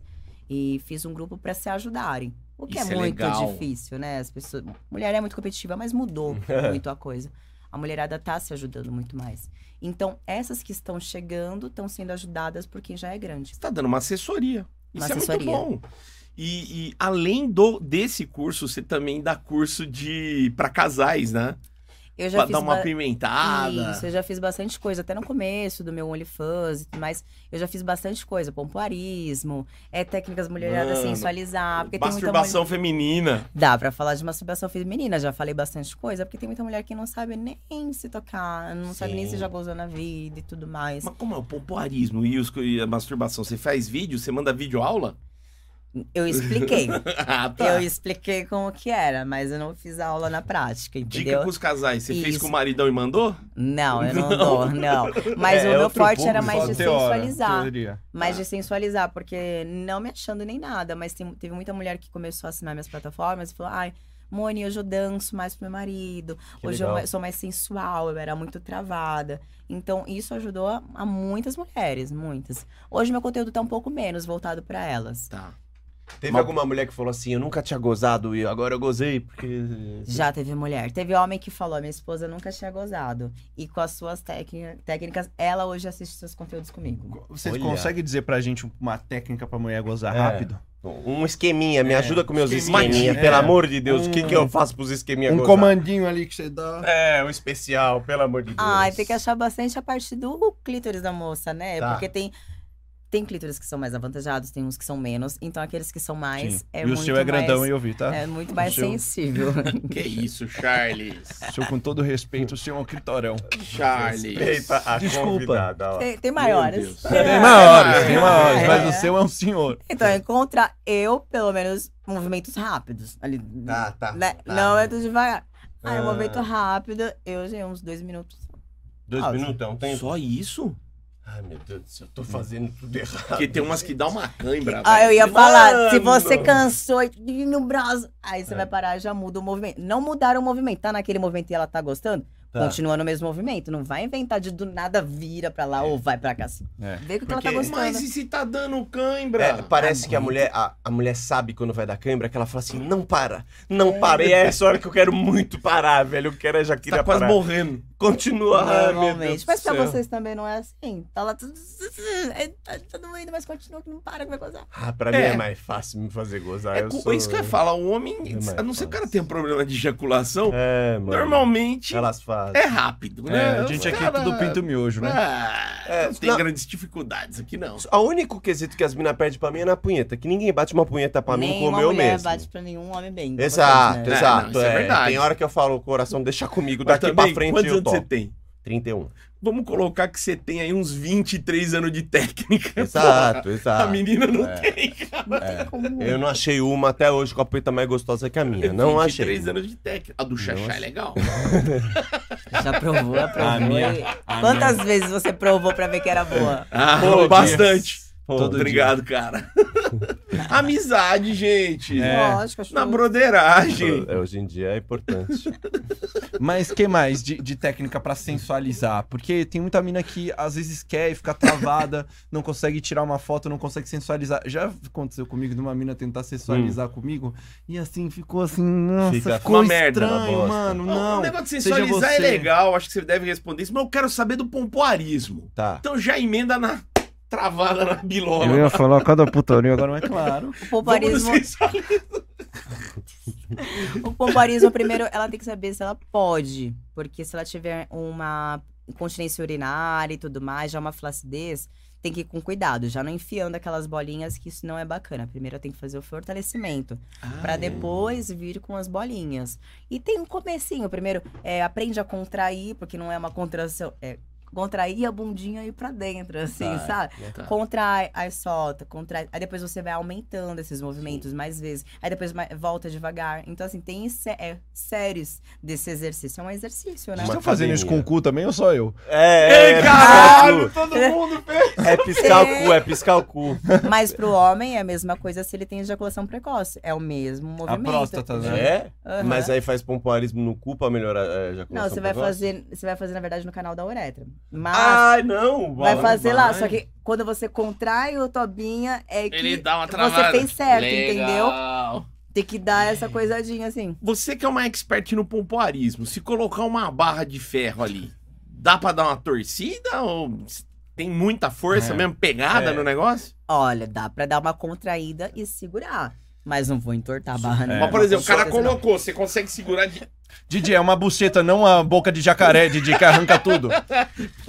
S4: e fiz um grupo pra se ajudarem. O que
S2: Isso
S4: é
S2: é
S4: muito
S2: legal.
S4: difícil, né? As pessoas, mulher é muito competitiva, mas mudou muito a coisa. A mulherada tá se ajudando muito mais. Então, essas que estão chegando estão sendo ajudadas por quem já é grande.
S2: Você tá dando uma assessoria.
S4: Uma
S2: Isso é
S4: assessoria.
S2: muito bom. E, e além do desse curso, você também dá curso de para casais, né?
S4: Eu já
S2: Pra
S4: fiz
S2: dar uma
S4: ba-
S2: apimentada.
S4: Isso, é eu já fiz bastante coisa, até no começo do meu OnlyFans e tudo mais. Eu já fiz bastante coisa, pompoarismo, é técnicas mulherada
S2: Mano,
S4: sensualizar, porque tem muita mulher...
S2: Masturbação feminina.
S4: Dá pra falar de masturbação feminina, já falei bastante coisa, porque tem muita mulher que não sabe nem se tocar, não sabe nem
S1: Sim.
S4: se já gozou na vida e tudo mais.
S2: Mas como é o pompoarismo e, os, e a masturbação? Você faz vídeo? Você manda vídeo aula?
S4: Eu expliquei,
S2: ah, tá.
S4: eu expliquei como que era, mas eu não fiz a aula na prática,
S2: Dica
S4: entendeu?
S2: pros casais. Você fez
S4: Isso.
S2: com o maridão e mandou?
S4: Não, eu não dou, não. Mas
S1: É,
S4: o
S1: é
S4: meu
S1: outro
S4: forte era
S1: público,
S4: mais
S1: só
S4: de
S1: ter hora,
S4: sensualizar.
S5: Teoria.
S4: Mas
S1: É.
S2: Tá.
S4: de sensualizar, porque não me achando nem nada, mas tem- teve muita mulher que começou a assinar minhas plataformas e falou: ai, Moni, hoje eu danço mais pro meu marido,
S1: Que
S4: hoje eu
S1: legal.
S4: ma- sou mais sensual, eu era muito travada. Então isso ajudou a, a muitas mulheres, muitas. Hoje meu conteúdo tá um pouco menos voltado pra elas.
S2: Tá.
S1: Teve
S2: Mal-
S1: alguma mulher que falou assim, eu nunca tinha gozado e agora eu gozei, porque...
S4: Já teve mulher. Teve homem que falou: minha esposa nunca tinha gozado. E com as suas técnica- técnicas, ela hoje assiste seus conteúdos comigo.
S5: Vocês
S1: Olha.
S5: conseguem dizer pra gente uma técnica pra mulher gozar
S1: É.
S5: rápido?
S1: Um esqueminha, me ajuda com meus
S2: esqueminha,
S1: esqueminha,
S5: é.
S1: pelo amor de Deus. O que,
S5: Um-
S1: que eu faço pros esqueminha
S5: um
S1: gozar?
S5: comandinho ali que você dá.
S1: É, um especial, pelo amor de Deus.
S4: Ai, assim. tem que achar bastante a parte do clítoris da moça, né?
S1: Tá.
S4: Porque tem, tem clítoris que são mais avantajados, tem uns que são menos. Então, aqueles que são mais.
S3: Sim.
S4: É
S3: e o
S4: muito
S3: seu é grandão
S4: mais,
S3: e eu vi, tá?
S4: É muito mais
S3: O seu-
S4: sensível.
S2: Que isso, Charles.
S3: O seu, com todo respeito, o seu é um critorão.
S2: Charles.
S1: Respeita a
S3: Desculpa.
S1: convidada, ó.
S4: tem, tem maiores.
S2: Deus.
S3: Tem maiores, tem maiores,
S4: É.
S3: mas o seu é um senhor.
S4: Então, encontra eu, pelo menos, movimentos rápidos. Ali,
S1: Tá,
S3: Ah,
S1: tá.
S4: né?
S1: tá.
S4: Não é tudo devagar. Aí,
S1: Ah.
S4: um movimento rápido, eu já uns dois minutos.
S1: Dois
S4: Ah,
S1: minutos, é um tempo.
S2: Só isso?
S1: Ai, meu Deus do céu, eu tô fazendo tudo errado. É,
S2: Porque tem umas que dá uma cãibra.
S4: Ah, eu
S2: velho.
S4: ia falar, se
S1: Tá Mano!
S4: você cansou e no braço, aí você
S1: É.
S4: vai parar e já muda o movimento. Não mudar o movimento, tá naquele movimento e ela tá gostando?
S1: Tá.
S4: Continua no mesmo movimento, não vai inventar de do nada vira pra lá ou vai pra cá. assim.
S3: É.
S4: Vê que, o que ela
S1: Porque-
S4: tá gostando.
S2: Mas e se tá dando cãibra? Tá
S1: É, parece que a mulher, a, a mulher sabe quando vai dar câimbra que ela fala assim: não para, não para. E é essa hora que eu quero muito parar, velho. Eu quero, eu já queria
S2: tá quase
S1: parar.
S2: morrendo.
S1: Continua, ai, meu Deus.
S4: Normalmente. Mas
S1: do
S4: pra
S1: céu.
S4: vocês também não é assim. Tá lá tudo. é, Tá, tá doendo, mas continua que não para que vai gozar.
S1: Ah, pra mim
S2: É.
S1: é mais fácil me fazer gozar.
S2: É
S1: Ah, eu
S2: cu-
S1: sou...
S2: isso que eu ia falar. O homem,
S1: É mais
S2: a não ser que o cara
S1: fácil.
S2: tenha um problema de ejaculação,
S1: É, mano.
S2: normalmente
S1: Elas fazem.
S2: é rápido,
S3: É,
S2: né?
S3: a
S2: Os
S3: gente aqui
S2: cara-
S3: tudo pinta o miojo, né?
S2: Ah,
S1: É,
S2: não tem
S1: não.
S2: grandes dificuldades aqui, não.
S1: O único quesito que as minas perdem pra mim é na punheta. Que ninguém bate uma punheta pra mim
S4: Nem
S1: como
S4: uma
S1: eu
S4: mulher
S1: mesmo.
S4: bate pra nenhum homem bem.
S1: Exato,
S4: Vocês, né?
S2: É,
S1: exato.
S2: não, isso é
S1: é.
S2: verdade.
S1: Tem hora que eu falo, o coração deixa tá comigo,
S2: Mas
S1: daqui
S2: também,
S1: pra frente
S2: quantos
S1: eu
S2: anos
S1: topo.
S2: você tem?
S1: 31.
S2: Vamos colocar que você tem aí uns 23 anos de técnica.
S1: Exato,
S2: porra. A
S1: exato.
S2: menina não
S1: É.
S2: tem, cara.
S1: É.
S4: Como-
S1: Eu não achei uma até hoje com a peita mais gostosa que a minha. Não achei.
S2: 23 anos de técnica. A do Xaxá é legal.
S1: É.
S4: Já provou, aprovou.
S3: A minha-
S4: e-
S3: a
S4: Quantas vezes você provou pra ver que era boa?
S2: Ah,
S1: Pô,
S2: bastante.
S1: Pô,
S2: Todo obrigado, cara. Amizade, gente.
S4: Lógico, acho
S2: Na broderagem.
S1: É, hoje em dia é importante.
S3: Mas que mais de, de técnica pra sensualizar? Porque tem muita mina que às vezes quer e fica travada, não consegue tirar uma foto, não consegue sensualizar. Já aconteceu comigo de uma mina tentar sensualizar comigo e assim ficou assim, nossa,
S1: Fica-
S3: ficou
S2: uma merda,
S3: estranho,
S1: uma bosta.
S3: mano.
S2: o
S3: Não.
S2: negócio de
S3: seja
S2: sensualizar é
S3: você.
S2: legal, acho que você deve responder isso, mas eu quero saber do pompoarismo.
S1: Tá.
S2: Então já emenda na travada na
S3: Eu
S2: bilola.
S3: ia falar cada putaria, agora não é claro.
S4: O
S2: Vamos no
S4: pompoarismo,
S2: sensualismo.
S4: o pompoarismo, primeiro, ela tem que saber se ela pode. Porque se ela tiver uma incontinência urinária e tudo mais, já uma flacidez, tem que ir com cuidado. Já não enfiando aquelas bolinhas, que isso não é bacana. Primeiro tem que fazer o fortalecimento.
S2: Ah, é.
S4: Pra depois vir com as bolinhas. E tem um comecinho. Primeiro, é, aprende a contrair, porque não é uma contração. É, contrair a bundinha e ir pra dentro, assim,
S1: Tá,
S4: sabe?
S2: tá.
S4: Contrai, aí solta, contrai. Aí depois você vai aumentando esses movimentos mais vezes. Aí depois ma- volta devagar. Então, assim, tem sé- é, séries desse exercício. É um exercício, né?
S1: Uma
S3: Estão fazendo isso com o cu também ou só eu?
S1: É,
S2: Ei,
S1: é,
S2: caralho,
S3: tá.
S2: todo mundo fez.
S1: é piscar o cu, é piscar o cu.
S4: Mas pro homem é a mesma coisa se ele tem ejaculação precoce. É o mesmo movimento.
S3: próstata, né?
S1: É?
S4: Aham.
S1: Mas aí faz pompoarismo no cu pra melhorar é, a ejaculação
S4: Não, você vai,
S1: precoce? Ah,
S4: fazer, você vai fazer, na verdade, no canal da uretra. Mas...
S1: Ai, não.
S4: Vai
S1: Bola,
S4: fazer lá,
S1: vai.
S4: só que quando você contrai o tobinha, é que
S2: Ele dá uma travada.
S4: você fez certo, entendeu?
S2: Legal.
S4: Tem que dar essa coisadinha assim.
S2: Você que é uma expert no pompoarismo, se colocar uma barra de ferro ali, dá pra dar uma torcida ou tem muita força
S3: É.
S2: mesmo, pegada
S1: É.
S2: no negócio?
S4: Olha, dá pra dar uma contraída e segurar. Mas não vou entortar a barra,
S3: É,
S4: não.
S2: Mas, por exemplo, o cara
S3: assim,
S4: Não.
S2: colocou, você consegue segurar de...
S3: Didi, é uma buceta, não a boca de jacaré, Didi, que arranca tudo.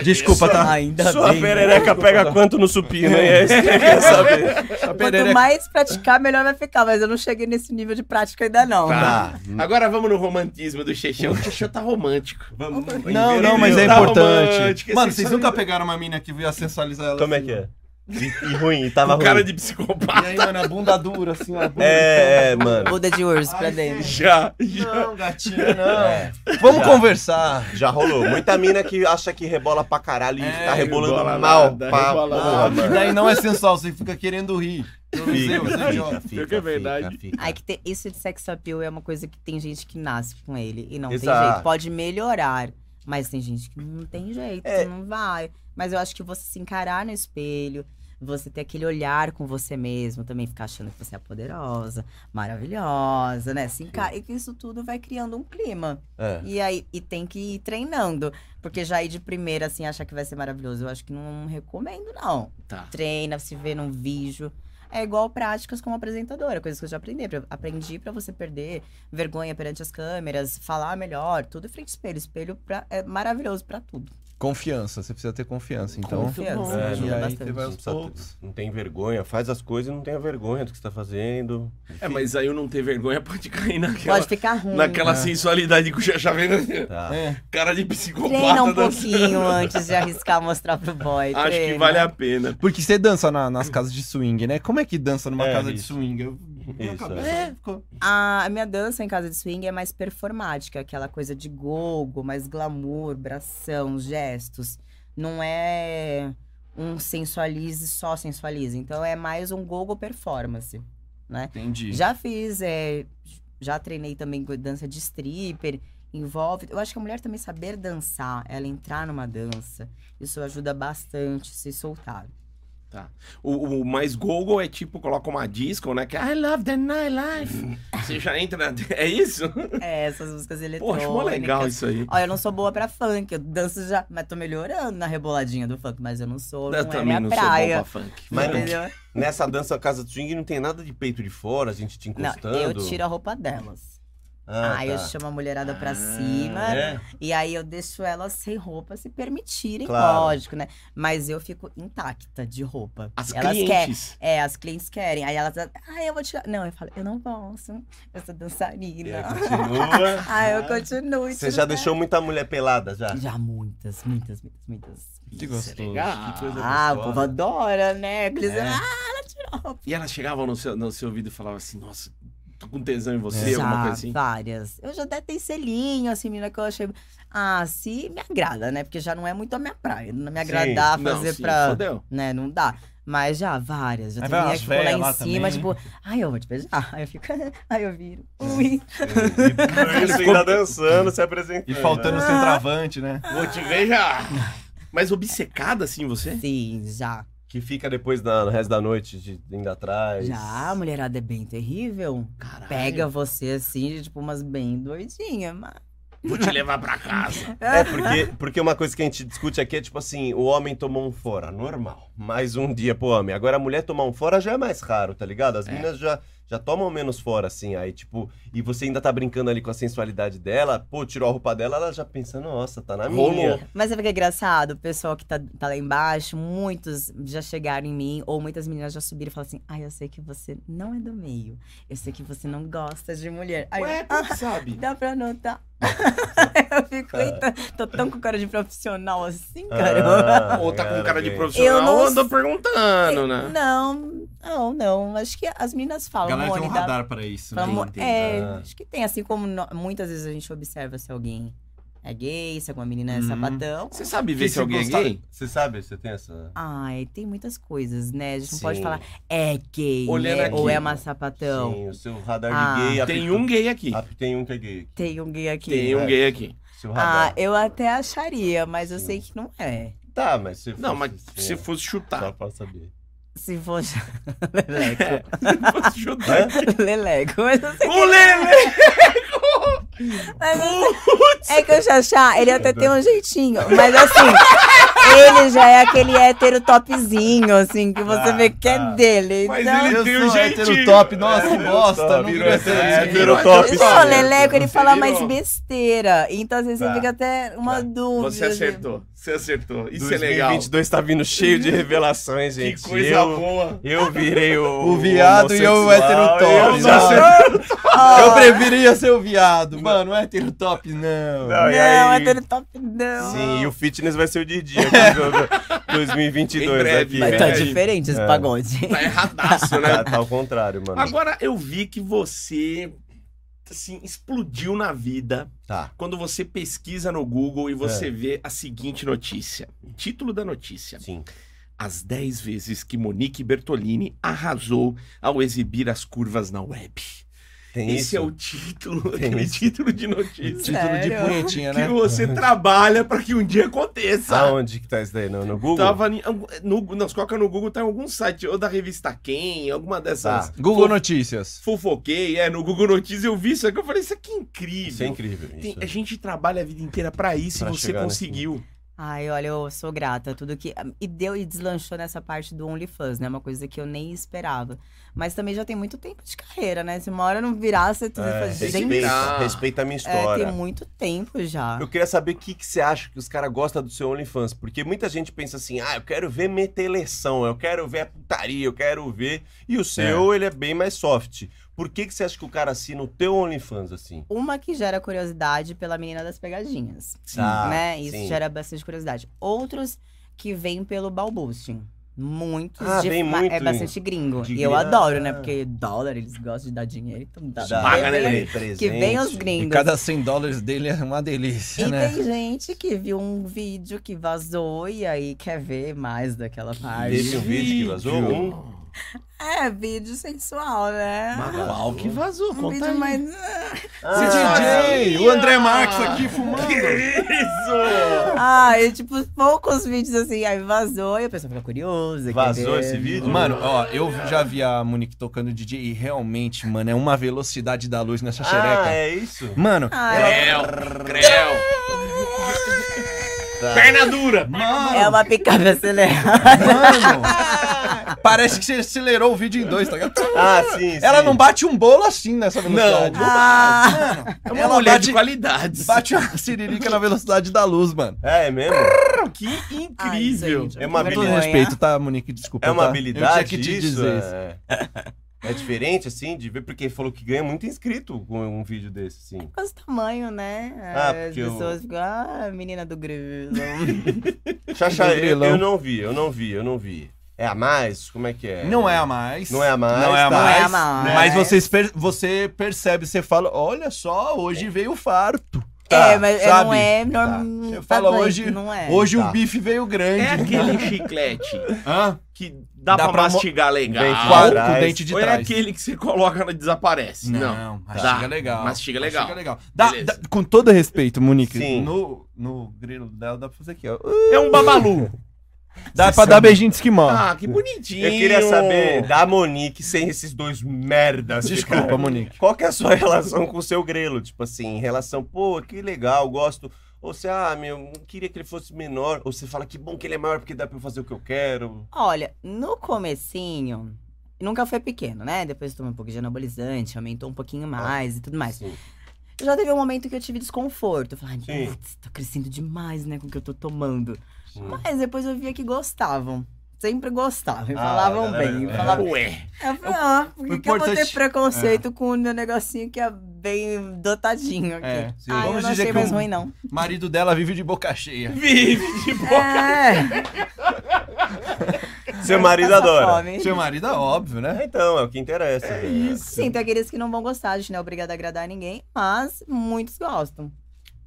S3: Desculpa, tá?
S4: Ainda
S1: Sua
S4: bem. né?
S1: perereca pega quanto no supino, hein? É isso que eu quero
S2: Tá.
S1: saber.
S3: A
S4: Quanto
S3: perereca.
S4: mais praticar, melhor vai ficar. Mas eu não cheguei nesse nível de prática ainda, não.
S2: Tá. Agora vamos no romantismo do Chechão. O Chechão tá romântico.
S1: Vamos.
S3: Não, não, mas
S2: Tá
S3: é importante. Mano, vocês nunca pegaram uma mina que veio a sensualizar ela
S1: Como é
S3: assim,
S1: que
S3: ó?
S1: é? E, e ruim, e tava
S2: Um
S1: ruim.
S2: cara de
S3: E
S2: psicopata.
S3: aí, mano, a bunda dura, assim, ó. a bunda.
S1: É, é, mano.
S4: Buda tá? de urso pra
S3: Ai,
S4: dentro.
S2: Já, já.
S3: Não, gatinha, não. Tá.
S1: É,
S3: Vamos
S1: Já.
S2: Ah.
S3: conversar.
S1: já rolou. Muita mina que acha que rebola pra caralho e
S3: É,
S1: fica rebolando
S2: rebola
S1: mal.
S2: nada,
S1: pra
S2: rebola
S1: porra,
S2: nada.
S3: E
S1: mano.
S3: daí não é sensual, você fica querendo rir. Eu não sei, você é idiota.
S2: Pior que é verdade.
S1: fica.
S4: Ai, que te- isso de sex appeal é uma coisa que tem gente que nasce com ele e não tem
S1: Exato.
S4: jeito. Pode melhorar, mas tem gente que não tem jeito,
S1: É.
S4: não vai. Mas eu acho que você se encarar no espelho, você ter aquele olhar com você mesmo, também ficar achando que você é poderosa, maravilhosa, né? Se encara. E que isso tudo vai criando um clima.
S1: É.
S4: E aí e tem que ir treinando. Porque já ir de primeira, assim, achar que vai ser maravilhoso, eu acho que não recomendo, não
S2: Tá.
S4: treina, se vê num vídeo. É igual práticas como apresentadora, coisas que eu já aprendi. pra- Aprendi pra você perder vergonha perante as câmeras, falar melhor, tudo em frente ao espelho. Espelho pra- é maravilhoso pra tudo.
S3: Confiança, você precisa ter confiança, então.
S4: Confiança,
S1: É,
S4: ajuda
S3: e aí
S4: bastante.
S3: você vai aos
S1: Não precisa ter-
S3: poucos.
S1: Não tem vergonha, faz as coisas e não tenha vergonha do que você tá fazendo.
S2: É, mas aí eu não ter vergonha pode cair naquela,
S4: Pode ficar ruim.
S2: naquela
S3: É.
S2: sensualidade que o Xaxá vem
S1: Tá.
S3: É.
S2: cara de
S4: Treina
S2: psicopata.
S4: um
S2: dançando.
S4: pouquinho antes de arriscar mostrar pro boy.
S2: Acho que
S4: treina.
S2: vale a pena.
S3: Porque você dança na- nas casas de swing, né? Como é que dança numa
S1: É,
S3: casa de
S1: isso.
S3: swing? Eu- minha
S1: Isso,
S3: cabeça
S1: é.
S3: ficou-
S4: A minha dança em casa de swing é mais performática, aquela coisa de gogo, mais glamour, bração, gestos. Não é um sensualize só sensualize. Então é mais um gogo performance.
S3: Entendi.
S4: Já fiz, é, já treinei também go- dança de stripper. Envolve. Eu acho que a mulher também saber dançar, ela entrar numa dança, isso ajuda bastante se soltar.
S2: O, o mais Google é tipo, coloca uma disco, né? Que é I love the nightlife. Você já entra na... É isso?
S4: É, essas músicas
S2: Pô,
S4: eletrônicas.
S2: acho mó
S4: assim,
S2: legal isso aí.
S4: Olha, eu não sou boa pra funk, eu danço já, mas tô melhorando na reboladinha do funk, mas eu não sou, não
S2: Eu
S4: é
S2: também
S4: minha
S2: não sou bom pra
S4: praia.
S2: funk.
S1: Mas não-
S4: entendeu?
S1: Nessa dança casa de swing não tem nada de peito de fora, a gente te
S4: Não,
S1: encostando.
S4: eu tiro a roupa delas.
S1: Ah,
S4: aí eu
S1: tá.
S4: chamo a mulherada pra
S2: Ah,
S4: cima.
S1: É?
S4: E aí eu deixo elas sem roupa se permitirem,
S1: Claro.
S4: lógico, né? Mas eu fico intacta de roupa.
S2: As
S4: elas querem.
S2: clientes.
S4: É, as clientes querem. Aí elas, ah, eu vou tirar. Não, eu falo, eu não posso. Eu
S1: E
S4: sou
S2: é,
S1: aí,
S4: dançarina.
S1: continua.
S4: Ah, eu continuo. e
S1: É. Você
S4: tudo
S1: já
S4: bem.
S1: deixou muita mulher pelada já?
S4: Já muitas, muitas, muitas, muitas.
S3: Que gostoso.
S2: legal.
S3: Que coisa
S4: Ah, o
S3: gostosa.
S4: povo adora, né? Aqueles-
S2: É.
S4: Ah,
S2: E elas chegavam no seu, no seu ouvido e falavam assim, nossa, tô com tesão em você, alguma
S4: já,
S2: coisa assim.
S4: ah, várias. Eu já até tenho selinho, assim, menina, que eu achei. Ah, se me agrada, né? Porque já não é muito a minha praia. Não me
S1: Sim.
S4: agradar, fazer
S2: sim,
S4: pra.
S2: Fodeu.
S4: né? Não dá. Mas já, várias. Já
S3: Aí vai
S4: tem mulher
S3: umas
S4: que ficou lá
S3: véia
S4: em
S3: lá
S4: cima,
S3: também.
S4: tipo, ai, eu vou te beijar. Aí eu fico, ai, eu viro. Ui.
S1: Você
S2: tá
S1: ainda dançando, se apresentando.
S3: E faltando o
S1: né?
S3: centroavante, né?
S2: Vou te ver já. Mas obcecada assim você?
S4: Sim, já.
S1: Que fica depois da, no resto da noite, de, indo atrás.
S4: Já, a mulherada é bem terrível.
S2: Caralho.
S4: Pega você assim, de, tipo, umas bem doidinha. Mas...
S2: Vou te levar pra casa.
S1: É, porque, porque uma coisa que a gente discute aqui é tipo assim: o homem tomou um fora, normal. Mais um dia pro homem. Agora a mulher tomar um fora já é mais raro, tá ligado?
S4: É.
S1: As meninas já, já tomam menos fora, assim. Aí, tipo, e você ainda tá brincando ali com a sensualidade dela, pô, tirou a roupa dela, ela já pensa, nossa, tá na
S2: Rolou.
S1: minha.
S4: Mas sabe o que é engraçado? O pessoal que tá, tá lá embaixo, muitos já chegaram em mim, ou muitas meninas já subiram e falaram assim: ai, eu sei que você não é do meio. Eu sei que você não gosta de mulher. Aí eu,
S2: Ué,
S5: tá.
S2: como que sabe?
S4: Dá pra notar. eu fico,
S5: Tá.
S4: eita, tô tão com cara de profissional assim, cara.
S1: Ah,
S2: Ou tá com cara de
S1: ok.
S2: profissional,
S4: Eu não
S2: ou andou
S4: sei.
S2: perguntando, né?
S4: Não, não, não. Acho que as meninas
S5: A
S4: falam,
S5: galera tem um
S4: Mônica,
S5: radar pra isso, né?
S4: falam,
S2: né? Tem,
S4: É,
S1: tem. Ah.
S4: acho que tem, assim como no- muitas vezes a gente observa se alguém é gay, se alguma menina é
S5: Uhum.
S4: sapatão.
S2: Você sabe ver
S1: Que
S2: se alguém é
S1: gostar-
S2: gay?
S1: Você sabe? Você tem essa.
S4: Ai, tem muitas coisas, né? A gente não pode
S1: Sim.
S4: falar é gay,
S2: Olhando
S4: né?
S2: aqui.
S4: Ou é uma sapatão.
S1: Sim, o seu radar
S4: Ah.
S1: de gay. apita-
S2: Tem um gay aqui.
S1: apita- Tem um que é gay.
S4: Tem um gay aqui.
S2: Tem um gay aqui.
S1: Seu
S4: Ah,
S1: radar.
S4: eu até acharia, mas eu
S1: Sim.
S4: sei que não é.
S1: Tá, mas se
S2: Não,
S1: fosse,
S2: mas
S1: assim,
S2: se tá. fosse
S1: Só
S2: chutar.
S1: pra saber.
S4: Se for
S3: É,
S4: Leleco.
S2: Se fosse chutar.
S4: Leleco. Mas eu sei
S2: O Lele!
S4: Mas assim, é que o Xaxá, ele até tem um jeitinho, mas assim, ele já é aquele hétero topzinho, assim, que você
S1: Ah,
S4: vê que
S1: tá.
S4: é dele.
S2: Mas
S4: então...
S2: ele-
S3: Eu
S2: tem um
S3: sou
S2: jeitinho.
S3: hétero top, nossa, que
S1: Hétero
S3: bosta.
S1: top,
S3: não
S1: virou
S3: queria ser
S1: hétero
S3: É, hétero.
S1: Virou top,
S4: Não,
S1: sabe?
S2: né?
S4: o Leleco, ele
S2: Você
S4: fala
S2: virou.
S4: mais besteira. Então, às vezes,
S1: Tá.
S4: você fica até uma
S1: Tá.
S4: dúvida.
S2: Você
S4: assim.
S2: acertou. Você acertou. Isso é legal.
S1: 2022 tá vindo cheio de revelações,
S2: Que
S1: gente.
S2: coisa
S1: eu,
S2: boa.
S1: eu virei o.
S3: O viado e eu, o hétero
S1: homossexual,
S3: top.
S1: eu
S2: já
S3: mano.
S1: não- Ah.
S3: Eu preferia ser o viado, mano. é O hétero top, não.
S1: Não, e
S4: Não,
S1: aí-
S4: hétero top não.
S1: Sim, e o fitness vai ser o de dia. aqui do- do- 2022
S2: Em breve,
S1: aqui.
S2: vai
S4: Mas
S1: né?
S4: tá
S2: É.
S4: diferente esse pagode.
S2: Tá erradaço, né?
S1: Tá, tá ao contrário, mano.
S2: Agora eu vi que você assim explodiu na vida
S1: Tá. É.
S2: quando você pesquisa no Google e você vê a seguinte notícia. Título da notícia:
S1: Sim.
S2: As 10 vezes que Monique Bertolini arrasou ao exibir as curvas na web.
S1: Tem
S2: Esse
S1: isso.
S2: é o título,
S1: Tem
S2: aquele
S1: isso. É,
S2: título de notícia
S3: Título de
S4: Sério?
S3: punhetinha,
S2: que
S3: né?
S2: você trabalha pra que um dia aconteça.
S1: Aonde que tá isso daí? No, no Google?
S2: Tava em- no, não, você coloca no Google, tá em algum site, ou da revista Quem, alguma dessas.
S1: Tá.
S3: Google Notícias.
S2: Fofoquei, é, no Google Notícias eu vi isso aqui, eu falei, isso aqui é incrível.
S1: Isso é incrível.
S2: Tem-
S1: Isso.
S2: a gente trabalha a vida inteira pra isso
S1: Pra
S2: e você
S1: chegar nesse
S2: conseguiu.
S4: Ai, olha, eu sou grata. Tudo que. E deu e deslanchou nessa parte do OnlyFans, né? Uma coisa que eu nem esperava. Mas também já tem muito tempo de carreira, né? Se uma hora não virasse tudo
S1: É,
S4: e fazer. Gente,
S2: tá.
S1: respeita, respeita a minha
S4: é,
S1: história.
S4: tem muito tempo
S3: Ah.
S4: já.
S1: Eu queria saber o que, que você acha que os caras gostam do seu OnlyFans. Porque muita gente pensa assim, ah, eu quero ver meteleção, eu quero ver a putaria, eu quero ver. E o seu, ele é bem mais soft. Por que, que você acha que o cara assina o teu OnlyFans assim?
S4: Uma que gera curiosidade pela menina das pegadinhas.
S1: Tá,
S4: né? Isso
S1: sim.
S4: gera bastante curiosidade. Outros que vêm pelo balboosting. Muitos
S1: Ah,
S4: de-
S1: vem
S4: ma-
S1: muito
S4: é bastante gringo.
S1: de
S4: e eu
S1: gringo.
S4: adoro,
S1: Ah.
S4: né? Porque dólar, eles gostam de dar dinheiro, então dá.
S1: Dá-
S2: Paga, né,
S4: vem-
S2: Lele?
S4: Que vem os
S1: presente.
S3: E
S4: gringos.
S3: cada 100 dólares dele é uma delícia,
S4: E
S3: né?
S4: tem gente que viu um vídeo que vazou e aí quer ver mais daquela parte.
S1: Teve um vídeo que vazou? Um?
S4: É, vídeo sensual, né?
S2: Magal que vazou,
S4: um
S2: conta
S4: vídeo
S2: aí.
S4: mais.
S1: Ah,
S3: DJ, o André Marques aqui fumando.
S2: Isso!
S4: Ah, e tipo, poucos vídeos assim, aí vazou e a pessoa fica curiosa. quer
S1: Vazou
S4: ver.
S1: esse vídeo?
S3: Mano, ó, eu já vi a Monique tocando DJ e realmente, mano, é uma velocidade da luz nessa xereca.
S1: ah, é isso?
S3: Mano,
S4: Ah, é,
S2: Creu, creu.
S1: Tá.
S2: Perna dura.
S3: mano,
S4: é uma picape é acelerada.
S3: mano, Parece que você acelerou o vídeo em dois, tá ligado?
S1: Ah, sim, sim.
S3: Ela não bate um bolo assim nessa velocidade.
S1: né?
S4: Ah,
S2: É uma
S3: Ela
S2: mulher
S3: bate-
S2: de qualidades.
S3: Bate uma siririca na velocidade da luz, mano.
S1: É, é mesmo?
S2: Que
S4: ai,
S2: incrível.
S4: gente,
S1: É uma
S4: que
S3: Com todo
S4: vergonha.
S3: respeito, tá, Monique? Desculpa.
S1: É uma
S3: tá?
S1: habilidade
S3: Eu tinha que te
S1: isso?
S3: dizer isso.
S1: é... é diferente, assim, de ver, porque falou que ganha muito inscrito com um vídeo desse, assim.
S4: Por causa do tamanho, né?
S1: Ah,
S4: As
S1: porque eu-
S4: pessoas ficam, ah, menina do grilo.
S1: Xaxá,
S3: Do
S1: eu,
S3: grilão.
S1: eu não vi, eu não vi, eu não vi. É a mais? Como é que é?
S3: Não é a mais.
S1: Não é a mais,
S3: Não é
S1: tá.
S3: a
S4: Não é
S3: mais.
S4: a mais.
S3: Mas vocês per- você percebe, você fala, olha só, hoje veio farto.
S1: Tá,
S4: é, mas é,
S3: sabe?
S4: não é
S1: Tá.
S4: normal.
S3: Você fala, hoje-
S4: Não é.
S3: hoje
S1: tá.
S3: o bife veio
S2: É
S3: grande.
S2: aquele chiclete
S3: Hã?
S2: que dá,
S3: Dá
S2: pra,
S3: pra mo-
S2: mastigar legal.
S1: Bem
S3: Qual?
S1: claro.
S3: Com o
S1: trás.
S3: dente de
S2: Ou é
S3: trás.
S2: Ah, aquele que você coloca e desaparece? Não.
S3: mastiga
S2: Dá.
S3: legal.
S2: Mastiga legal.
S3: Dá-
S2: Beleza.
S3: dá- com todo respeito, Monique.
S1: Sim.
S3: No, no grilo dela dá pra fazer aqui, ó.
S2: É um babalu.
S3: Dá pra dar beijinho de esquimó.
S2: Ah, que bonitinho.
S1: Eu queria saber da Monique sem esses dois merdas.
S3: Desculpa,
S1: cara.
S3: Monique.
S1: Qual que é a sua relação com o seu grelo? Tipo assim, em relação, pô, que legal, gosto. Ou você, ah, meu, queria que ele fosse menor. Ou você fala, que bom que ele é maior porque dá pra eu fazer o que eu quero.
S4: Olha, no comecinho, nunca foi pequeno, né? Depois eu tomei um pouco de anabolizante, aumentou um pouquinho mais e tudo mais.
S1: Assim.
S4: Já teve um momento que eu tive desconforto. Eu falei,
S1: Sim.
S4: ai, putz, tá crescendo demais, né, com o que eu tô tomando.
S1: Sim.
S4: Mas depois eu via que gostavam. Sempre gostavam, e
S1: Ah,
S4: falavam
S1: galera,
S4: bem.
S1: é.
S4: Falavam...
S2: Ué.
S4: Eu falei, ah, por que, que eu vou ter
S3: importante-
S4: preconceito com o meu negocinho que é bem dotadinho aqui?
S3: É, sim.
S4: Ah,
S3: Vamos
S4: eu não
S3: dizer
S4: achei
S3: que
S4: mais
S3: um-
S4: ruim, não.
S3: Marido dela vive de boca cheia.
S2: Vive de boca.
S4: É,
S1: Seu marido adora.
S4: fome.
S3: Seu marido é óbvio, né?
S1: É, então, é o que interessa. É isso.
S4: Sim, tem aqueles que não vão gostar, a gente não é obrigado a agradar ninguém, mas muitos gostam.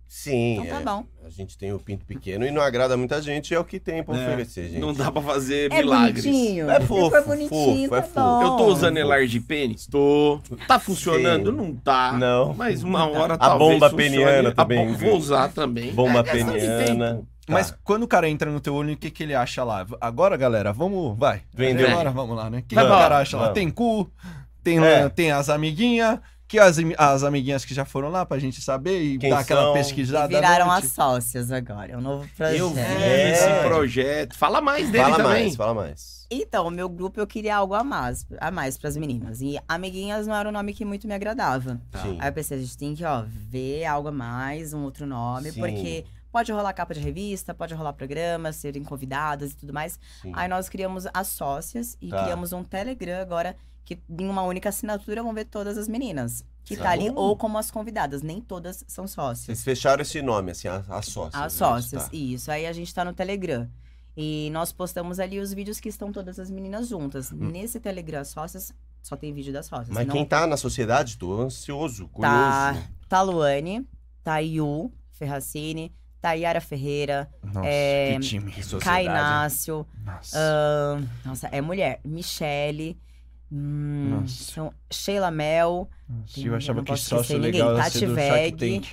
S1: Sim.
S4: Então tá
S1: é.
S4: bom.
S1: A gente tem o pinto pequeno e não agrada muita gente, é o que tem pra
S3: É.
S1: oferecer, gente.
S2: Não dá pra fazer
S4: É
S2: milagres.
S4: bonitinho.
S1: É fofo,
S4: Foi bonitinho,
S1: fofo, é
S4: tá
S1: fofo.
S4: bom.
S2: Eu tô usando elar de pênis? Tô. Tá funcionando?
S1: Sim.
S2: Não tá.
S1: Não.
S2: Mas uma hora
S1: A
S2: talvez
S1: bomba
S2: funcione.
S1: peniana
S2: A
S1: também.
S2: bom- Vou usar também.
S1: Bomba
S2: É questão de
S1: peniana.
S2: tempo.
S1: Tá.
S3: Mas quando o cara entra no teu olho, o que, que ele acha lá? V- Agora, galera, vamos. Vai.
S1: Vendeu.
S3: Agora vamos lá, né? O que, que
S2: Vai
S3: o
S2: pra
S3: cara
S1: lá.
S3: acha lá?
S1: Vamos.
S3: Tem cu, tem,
S1: É.
S3: tem as amiguinhas, que as, ami- as amiguinhas que já foram lá pra gente saber e
S1: Quem
S3: dar aquela
S1: são?
S3: pesquisada. à
S4: Viraram
S3: noite.
S4: as sócias agora, é um novo projeto.
S2: Eu vi
S1: É.
S2: esse projeto. Fala mais dele
S1: Fala
S2: também.
S1: mais, fala mais.
S4: Então, o meu grupo eu queria algo a mais, a mais pras meninas. E amiguinhas não era um nome que muito me agradava.
S1: Sim.
S4: Aí eu pensei, Tá. a gente tem que, ó, ver algo a mais, um outro nome,
S1: Sim.
S4: porque pode rolar capa de revista, pode rolar programa, serem convidadas e tudo mais.
S1: Sim.
S4: Aí nós criamos as sócias e
S1: Tá.
S4: criamos um Telegram agora, que em uma única assinatura vão ver todas as meninas. Que tá,
S1: Tá
S4: ali,
S1: bom.
S4: ou como as convidadas, nem todas são sócias.
S1: Vocês fecharam esse nome, assim, a, a sócias.
S4: As
S1: né?
S4: sócias,
S1: Tá.
S4: isso. Aí a gente tá no Telegram. E nós postamos ali os vídeos que estão todas as meninas juntas. Nesse Telegram, as sócias, só tem vídeo das sócias.
S1: Hum. Mas
S4: não
S1: quem tá na sociedade, tô ansioso, curioso. né?
S4: Tá, tá Luane, tá Yu Ferracini, tá Yara Ferreira,
S3: Nossa, que time.
S1: Que
S4: Kai
S1: sociedade, hein?
S4: Inácio,
S3: Nossa.
S4: ahn, nossa, é mulher, Michele, hum,
S3: Nossa.
S4: são Sheila Mel,
S3: Nossa,
S4: eu
S3: eu achava
S4: não
S3: que
S4: posso
S3: sócio
S4: esquecer ninguém.
S3: legal
S4: Tati
S3: ia ser do
S4: Veg.
S3: Shark Tank.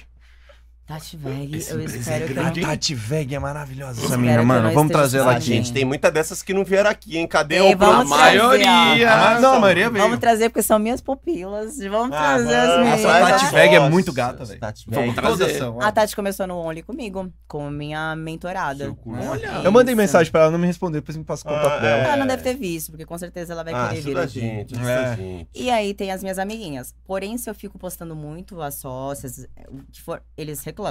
S4: Tati Veg,
S2: Essa
S4: eu
S2: empresa é
S4: espero que
S3: A
S2: grande,
S4: não...
S3: Tati Veg é maravilhosa essa
S4: Espero
S3: menina,
S4: que
S3: mano.
S4: não
S3: Vamos
S4: esteja
S3: trazer ela
S1: Ah,
S4: sozinha.
S3: aqui.
S1: gente, tem muita dessas que não vieram aqui, hein? Cadê
S4: Tá,
S1: é o
S4: Ei,
S2: A
S4: Vamos
S1: programa?
S4: trazer, ó.
S2: maioria.
S3: Ah, não, a maioria veio.
S4: Vamos trazer, porque são minhas pupilas, vamos
S3: Ah,
S4: trazer as
S3: mano,
S4: meninas.
S3: essa Tati Veg é muito gata, velho.
S1: Tati
S2: Vamos
S1: Veg.
S2: trazer.
S3: Todas são, ó.
S4: A Tati começou no Only comigo, com minha mentorada.
S1: Seu cu.
S2: Olha.
S3: Eu mandei
S4: Isso.
S3: mensagem pra ela, não me respondeu, depois me passa o contato
S1: Ah,
S3: dela.
S1: é.
S4: Ela não deve ter visto, porque com certeza ela vai
S1: Ah,
S4: querer vir
S1: ajuda a
S4: aqui.
S1: gente, ajuda
S3: É.
S1: a gente.
S4: E aí tem as minhas amiguinhas. Porém, se eu fico postando muito as sócias, é, o que for, eles reclamam.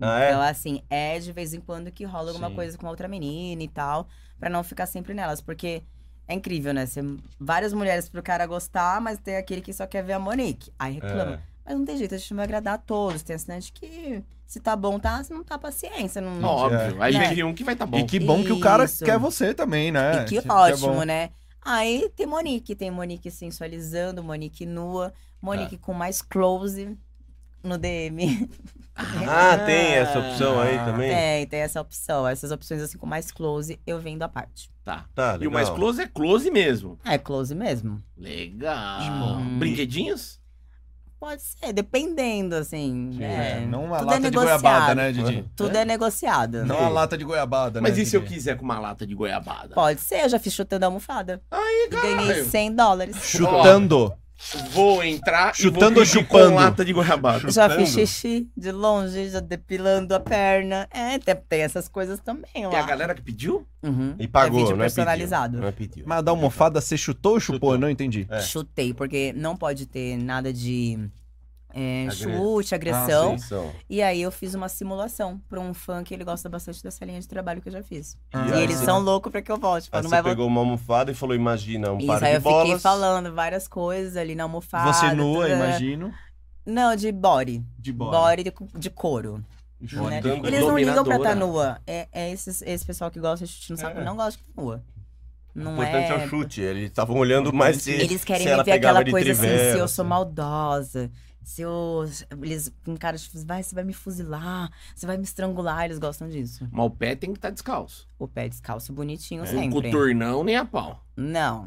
S1: Ah, é?
S4: Então, assim, é de vez em quando que rola alguma
S1: Sim.
S4: coisa com outra menina e tal, pra não ficar sempre nelas, porque é incrível, né? Ser várias mulheres pro cara gostar, mas tem aquele que só quer ver a Monique. Aí reclama.
S1: É.
S4: Mas não tem jeito, a gente não vai agradar a todos. Tem assinante que se tá bom, tá, se não tá, paciência. Não...
S2: Óbvio. Aí
S4: É.
S2: vem um que vai tá bom.
S3: E que bom que o cara
S4: Isso.
S3: quer você também, né?
S4: E que
S3: Isso é
S4: ótimo,
S3: bom.
S4: né? Aí tem Monique, tem Monique sensualizando, Monique nua, Monique com mais close no DM.
S1: Ah, tem essa opção aí
S3: Ah.
S1: também?
S4: É, Tem, tem essa opção. Essas opções assim com mais close, eu vendo a parte.
S2: Tá.
S1: Tá,
S2: E o
S1: legal.
S2: mais close é close mesmo.
S4: É close mesmo.
S2: Legal.
S4: Hum.
S2: Brinquedinhos?
S4: Pode ser, dependendo, assim.
S3: Sim,
S4: é.
S3: é, Não uma
S4: Tudo é
S3: lata de
S4: negociado.
S3: goiabada, né, Didi?
S4: Tudo é negociado.
S3: Não uma lata de goiabada, né?
S2: Mas e se eu
S1: é.
S3: Didi?
S2: quiser com uma lata de goiabada?
S4: Pode ser, eu já fiz chutando a almofada.
S2: Aí,
S4: Ganhei
S2: caralho.
S4: 100 dólares.
S3: Chutando.
S2: vou entrar e vou
S3: Chutando ou
S2: pedir
S3: chupando?
S2: com lata de goiabada.
S4: Já fiz
S3: Chutando?
S4: xixi de longe, já depilando a perna. É, tem, tem essas coisas também
S2: Tem a
S4: lá.
S2: galera que pediu?
S4: Uhum.
S1: E pagou,
S4: é vídeo
S1: não é
S4: personalizado.
S1: Pediu, não é pediu.
S3: Mas da almofada, você chutou ou chupou?
S1: Chutou.
S3: Não entendi.
S1: É.
S4: Chutei, porque não pode ter nada de é,
S1: Agressão.
S4: chute, agressão.
S1: Atenção.
S4: e aí eu fiz uma simulação pra um fã que ele gosta bastante dessa linha de trabalho que eu já fiz.
S3: Ah,
S4: e eles
S1: você-
S4: são loucos pra que eu
S1: Aí
S4: volte. Tipo, não
S1: Ah, você
S4: vai
S1: pegou uma almofada e falou, imagina, um
S4: voltar.
S1: par
S4: Isso, aí
S1: de
S4: eu
S1: bolas.
S4: fiquei falando várias coisas ali na almofada.
S3: Você nua,
S4: tudo, né?
S3: imagino.
S4: Não, de body.
S3: De bola.
S4: Body de, de couro. né?
S1: Chutando
S4: Eles não ligam pra estar
S2: dominadora.
S4: nua. É, é esses, esse pessoal que gosta de chute no saco,
S1: É.
S4: não gosta de estar nua.
S1: O
S4: Não
S1: importante é...
S4: é...
S1: o chute. Eles estavam olhando mais se
S4: Eles querem
S1: se ela
S4: me ver aquela
S1: pegava de
S4: coisa assim,
S1: trivela,
S4: se eu sou maldosa, se eu. Eles com cara tipo, vai, você vai me fuzilar, você vai me estrangular, eles gostam disso.
S2: Mas o pé tem que estar descalço.
S4: O pé descalço
S1: É,
S4: bonitinho
S2: Com
S4: sempre.
S2: coturnão nem a pau.
S4: Não.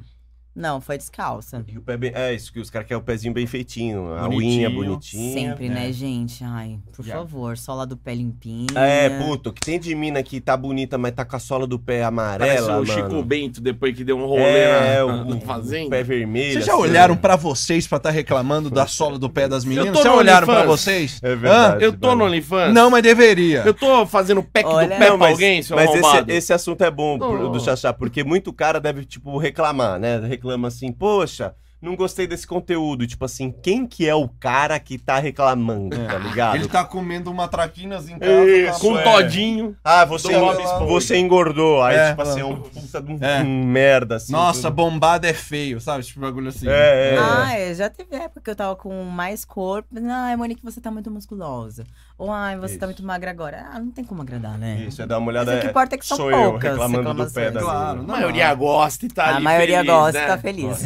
S4: Não, foi descalça.
S1: E o pé bem... É isso, que os caras querem o pezinho bem feitinho. A
S3: Bonitinho.
S1: unha bonitinha.
S4: sempre, né, gente? Ai, por
S3: Yeah.
S4: favor, sola do pé limpinha.
S1: É, puto, que tem de mina que tá bonita, mas tá com a sola do pé
S2: Parece
S1: amarela, mano.
S2: o Chico Bento depois que deu um rolê
S1: é,
S2: na,
S1: o,
S2: na
S1: o
S2: fazenda.
S1: pé vermelho.
S3: Vocês já
S1: assim.
S3: olharam pra vocês pra estar reclamando da sola do pé das meninas?
S2: tô
S3: Vocês já
S2: no
S3: olharam pra
S2: OnlyFans.
S3: vocês?
S1: É verdade.
S2: Eu tô no
S1: velho.
S2: OnlyFans?
S3: Não, mas deveria.
S2: Eu tô fazendo pack
S4: Olha-
S2: do pé
S1: Não,
S2: pra
S1: mas-
S2: alguém, seu
S1: Mas esse,
S2: arrombado.
S1: esse assunto é bom pro-
S2: Oh.
S1: do Xaxá, porque muito cara deve, tipo, reclamar, né? Reclama assim, poxa, não gostei desse conteúdo. E, Tipo assim, quem que é o cara que tá reclamando,
S2: É.
S1: tá ligado?
S5: Ele tá comendo uma traquinas em casa.
S3: tá
S1: Isso,
S5: com
S2: Com
S5: a-
S2: todinho.
S1: Ah, você,
S5: Do Bob Esponja.
S1: você engordou. Aí,
S3: É.
S1: tipo assim, é um puta de um,
S3: É.
S1: um merda, assim.
S3: Nossa,
S1: tudo.
S3: bombada é feio, sabe? Tipo, bagulho assim.
S1: É, é.
S4: Ah, é, já teve época que eu tava com mais corpo. Ai, Monique, você tá muito musculosa. Ou ai, você
S1: Isso.
S4: tá muito magra agora. Ah, não tem como agradar, né?
S1: Isso, é dar uma
S4: Mas
S1: olhada.
S4: o que importa é que são
S1: sou eu
S4: poucas
S1: reclamando do pé
S4: reclamações.
S1: da
S3: Claro,
S1: mina.
S2: A
S3: Não.
S2: maioria gosta e tá ali
S4: a maioria
S2: feliz,
S4: gosta,
S2: né?
S4: tá feliz.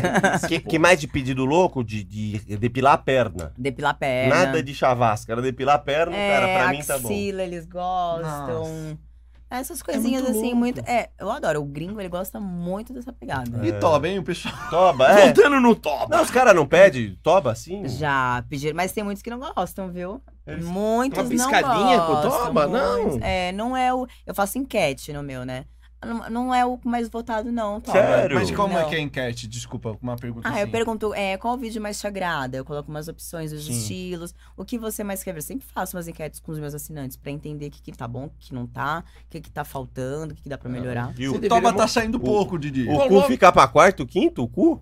S1: Que, que mais de pedido louco? De, de depilar a perna.
S4: Depilar a perna.
S1: Nada de chavasca. Era depilar a perna,
S4: é,
S1: cara, pra mim
S4: axila,
S1: tá bom.
S4: eles gostam. Essas coisinhas
S3: É muito
S4: assim,
S3: louco.
S4: muito. É, eu adoro. O gringo, ele gosta muito dessa pegada.
S3: E toba, hein, o pessoal.
S1: Toba, é.
S2: Voltando no top.
S1: Não, os caras não pedem toba assim?
S4: Já pediram, mas tem muitos que não gostam, viu?
S1: Eles-
S4: Muitos
S2: Uma
S4: não
S2: piscadinha com
S4: gostam.
S2: toba? Não.
S4: muitos- É, não é o. Eu faço enquete no meu, né? Não, não é o mais votado, não, toba.
S1: Sério?
S3: Mas como é
S4: Não.
S3: que é a enquete? Desculpa, uma pergunta
S4: Ah,
S3: assim.
S4: eu pergunto é, qual vídeo mais te agrada? Eu coloco umas opções, os
S3: Sim.
S4: estilos, o que você mais quer ver. Eu sempre faço umas enquetes com os meus assinantes pra entender o que, que tá bom, o que que não tá, o que, que tá faltando, o que, que dá pra melhorar.
S1: E
S3: O
S1: o,
S3: toba
S2: deveria
S3: tá saindo
S1: o-
S3: pouco, Didi.
S1: o cu fica pra quarto, quinto? O cu?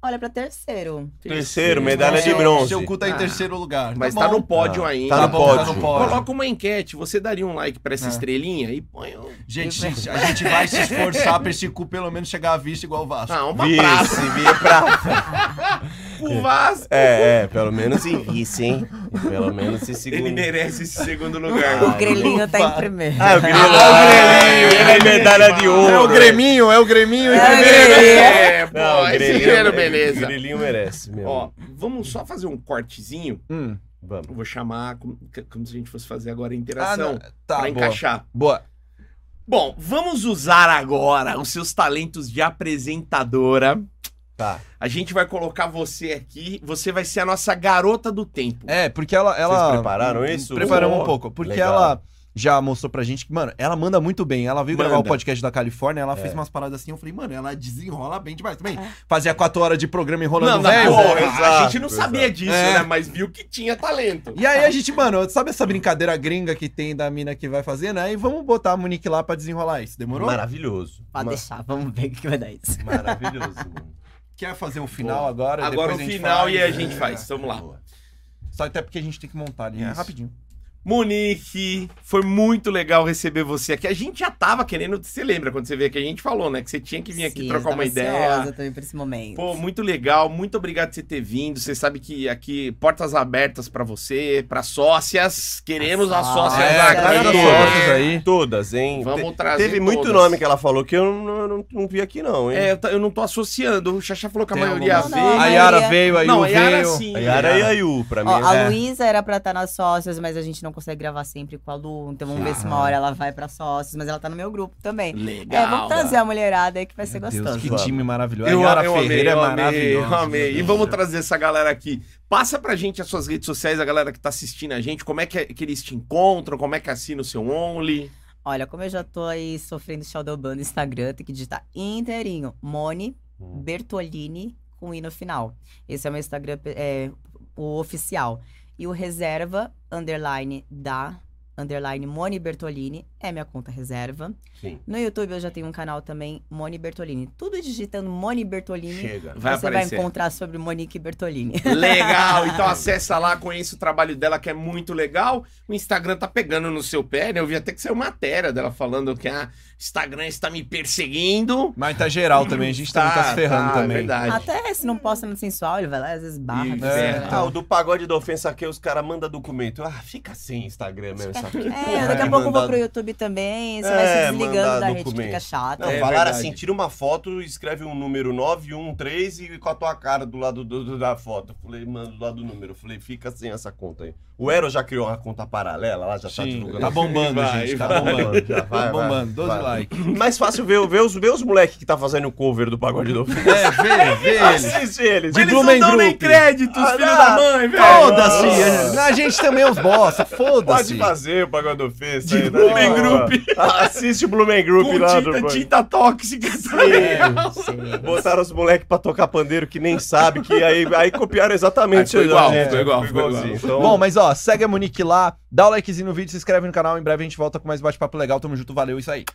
S4: Olha pra terceiro.
S1: É. Terceiro, medalha de
S3: né? Seu-
S1: bronze.
S3: Seu cu tá em
S2: Ah,
S3: terceiro lugar.
S2: Mas tá
S3: bom.
S2: no pódio
S1: Ah,
S2: ainda.
S1: Tá no
S3: Tá bom, tá
S1: pódio.
S3: no pódio.
S2: Coloca uma enquete. Você daria um like pra essa
S3: É.
S2: estrelinha e põe um...
S3: Gente, gente, a gente vai se esforçar pra esse cu pelo menos chegar à vista igual o Vasco.
S2: Ah, uma
S1: Vice,
S2: praça.
S1: vi- pra-
S2: O Vasco.
S1: É, é, pelo menos em vice, hein? Pelo menos em segundo.
S2: Ele merece esse segundo
S1: Ah,
S2: lugar.
S4: o grelhinho tá em primeiro.
S1: Ah, o Grilo.
S2: o Grilo.
S1: Ele é medalha de ouro.
S3: É o Greminho, é o Greminho.
S4: É,
S3: entendeu?
S2: É, pô,
S1: Não, o
S2: esse
S1: Grelinho,
S2: dinheiro,
S1: O
S2: beleza.
S1: Grelinho merece mesmo.
S2: Ó, vamos só fazer um cortezinho.
S3: Hum.
S1: Vamos.
S2: Eu vou chamar como, como se a gente fosse fazer agora a
S3: Ah,
S2: interação.
S3: não.
S2: pra
S3: Tá, boa.
S2: encaixar.
S3: Boa.
S2: Bom, vamos usar agora os seus talentos de apresentadora.
S1: Tá.
S2: A gente vai colocar você aqui. Você vai ser a nossa garota do tempo.
S3: É, porque ela. ela
S1: Vocês prepararam isso?
S3: Preparamos
S1: Pô,
S3: um pouco. Porque
S1: legal.
S3: ela já mostrou pra gente que, mano, ela manda muito bem. Ela veio gravar o
S2: Manda.
S3: podcast da Califórnia, ela
S1: É.
S3: fez umas paradas assim. Eu falei, mano, ela desenrola bem demais também.
S4: É.
S3: Fazia quatro horas de programa enrolando
S2: Não,
S3: o
S2: na
S3: velho.
S2: porra, a
S1: exato,
S2: gente não sabia disso,
S3: É.
S2: né? Mas viu que tinha talento.
S3: E aí a gente, mano, sabe essa brincadeira gringa que tem da mina que vai fazendo? Aí vamos botar a Monique lá pra desenrolar isso. Demorou?
S1: Maravilhoso.
S4: Pode
S1: Ma-
S4: deixar, vamos ver o que que vai dar isso.
S1: Maravilhoso. mano.
S3: Quer fazer um final agora?
S2: Agora o
S3: Depois a gente
S2: final
S3: faz. né?
S2: e a gente faz. Vamos lá.
S1: Boa.
S3: Só até porque a gente tem que montar ali. né?
S2: Isso.
S3: Rapidinho.
S2: Monique, foi muito legal receber você aqui. A gente já tava querendo, você lembra quando você veio aqui, a gente falou, né? Que você tinha que vir aqui
S4: Sim,
S2: trocar
S4: eu
S2: uma
S4: tava
S2: ideia.
S4: ansiosa também pra esse momento.
S2: Pô, muito legal, muito obrigado por você ter vindo. Você sabe que aqui, portas abertas pra você, pra sócias. Queremos as sócias
S4: É,
S2: aqui.
S4: traga as
S1: sócias
S3: aí.
S1: Todas, hein?
S2: Vamos
S1: Te-
S2: trazer
S1: Teve muito
S2: todas.
S1: nome que ela falou que eu não, não, não vi aqui, não, hein?
S2: É, eu, tá- eu não tô associando. O Xaxá falou que a
S3: Tem
S2: maioria é
S4: algumas-
S2: veio.
S4: Não,
S3: A
S4: não,
S3: Yara
S4: Maria.
S3: veio, a Yu
S2: Não, a Yara
S3: veio.
S2: sim.
S1: A Yara e a Yu, pra mim. né?
S4: Ó, a
S2: né?
S3: É.
S4: Luísa era pra estar nas sócias, mas a gente não consegue gravar sempre com a Lu. Então vamos ver se
S2: Ah.
S4: uma hora ela vai pra sócias, mas ela tá no meu grupo também.
S2: Legal.
S4: É, vamos trazer a mulherada aí que vai ser
S3: Meu Deus,
S4: gostoso.
S3: que
S1: Vamos.
S3: time maravilhoso.
S2: Eu,
S3: a Yara
S2: eu amei,
S3: Ferreira
S2: eu
S3: é
S2: amei, eu
S3: maravilhosa.
S2: amei. E
S3: meu
S2: vamos tá-
S3: Deus.
S2: trazer essa galera aqui. Passa pra gente as suas redes sociais, a galera que tá assistindo a gente, como é que, que eles te encontram, como é que assina o seu Only.
S4: Olha, como eu já tô aí sofrendo shadowban no Instagram, tem que digitar inteirinho. Moni
S1: Hum.
S4: Bertolini com i no final. Esse é o meu Instagram, pe- é, o oficial. E o reserva, underline da, underline Moni Bertolini, é minha conta reserva.
S1: Sim.
S4: No YouTube eu já tenho um canal também, Moni Bertolini. Tudo digitando Moni Bertolini,
S1: Chega.
S2: Vai
S4: você
S2: aparecer.
S4: vai encontrar sobre Monique Bertolini.
S2: Legal, então acessa lá, conheça o trabalho dela que é muito legal. O Instagram tá pegando no seu pé, né? Eu vi até que saiu matéria dela falando que ah, Instagram está me perseguindo.
S3: Mas tá geral também, a gente tá, tá se ferrando
S2: tá,
S3: também.
S2: É verdade.
S4: Até se não posta no sensual, ele vai lá, às vezes barra.
S2: Isso,
S4: né?
S2: é.
S1: Ah, o do pagode da ofensa aqui, os caras mandam documento. Ah, fica sem Instagram mesmo, essa
S4: É, daqui a pouco eu vou pro YouTube também, você vai
S1: É, mandar
S4: se desligando da rede que
S1: documento.
S4: fica chata.
S1: Não,
S2: É
S1: falaram
S2: verdade.
S1: assim, tira uma foto, escreve um número 913 e com a tua cara do lado do- do- da foto. Eu Falei, mano, do lado do número. Eu Falei, fica sem essa conta aí. O Ero já criou uma conta paralela, lá já tá
S3: Sim,
S1: divulgando.
S3: tá bombando,
S2: Vai,
S3: gente. Tá
S1: vai.
S3: bombando.
S1: Já vai,
S3: tá bombando.
S1: vai,
S3: 12
S1: vai.
S3: likes.
S1: Mais fácil ver, ver os, ver os moleques que tá fazendo o cover do pagode do ofensa.
S3: É, vê, vê ele.
S1: Assiste eles.
S3: De
S1: Eles não
S3: Blue Man
S1: dão nem
S3: Group.
S1: créditos,
S4: Ah,
S2: Os
S1: filho
S2: filhos
S1: da
S2: da mãe, velho.
S3: Foda-se!
S1: Nossa.
S3: é. A gente também é os bosta,
S1: Pode
S3: foda-se.
S1: fazer o pagode do ofensa. aí,
S2: Blue
S1: tá
S2: Man
S1: bom. Assiste o Blue Man Group
S2: Com
S1: lá do...
S2: tinta, tinta tóxica. tá
S4: Sim.
S1: Botaram os moleques pra tocar pandeiro que nem sabe, que aí, aí copiaram exatamente
S2: Aí Ah, ficou igual,
S1: É,
S2: ficou igual, ficou
S1: igualzinho. Então,
S3: Bom, mas ó, segue a Monique lá, dá o likezinho no vídeo, se inscreve no canal, em breve a gente volta com mais bate-papo legal, tamo junto, valeu, isso aí.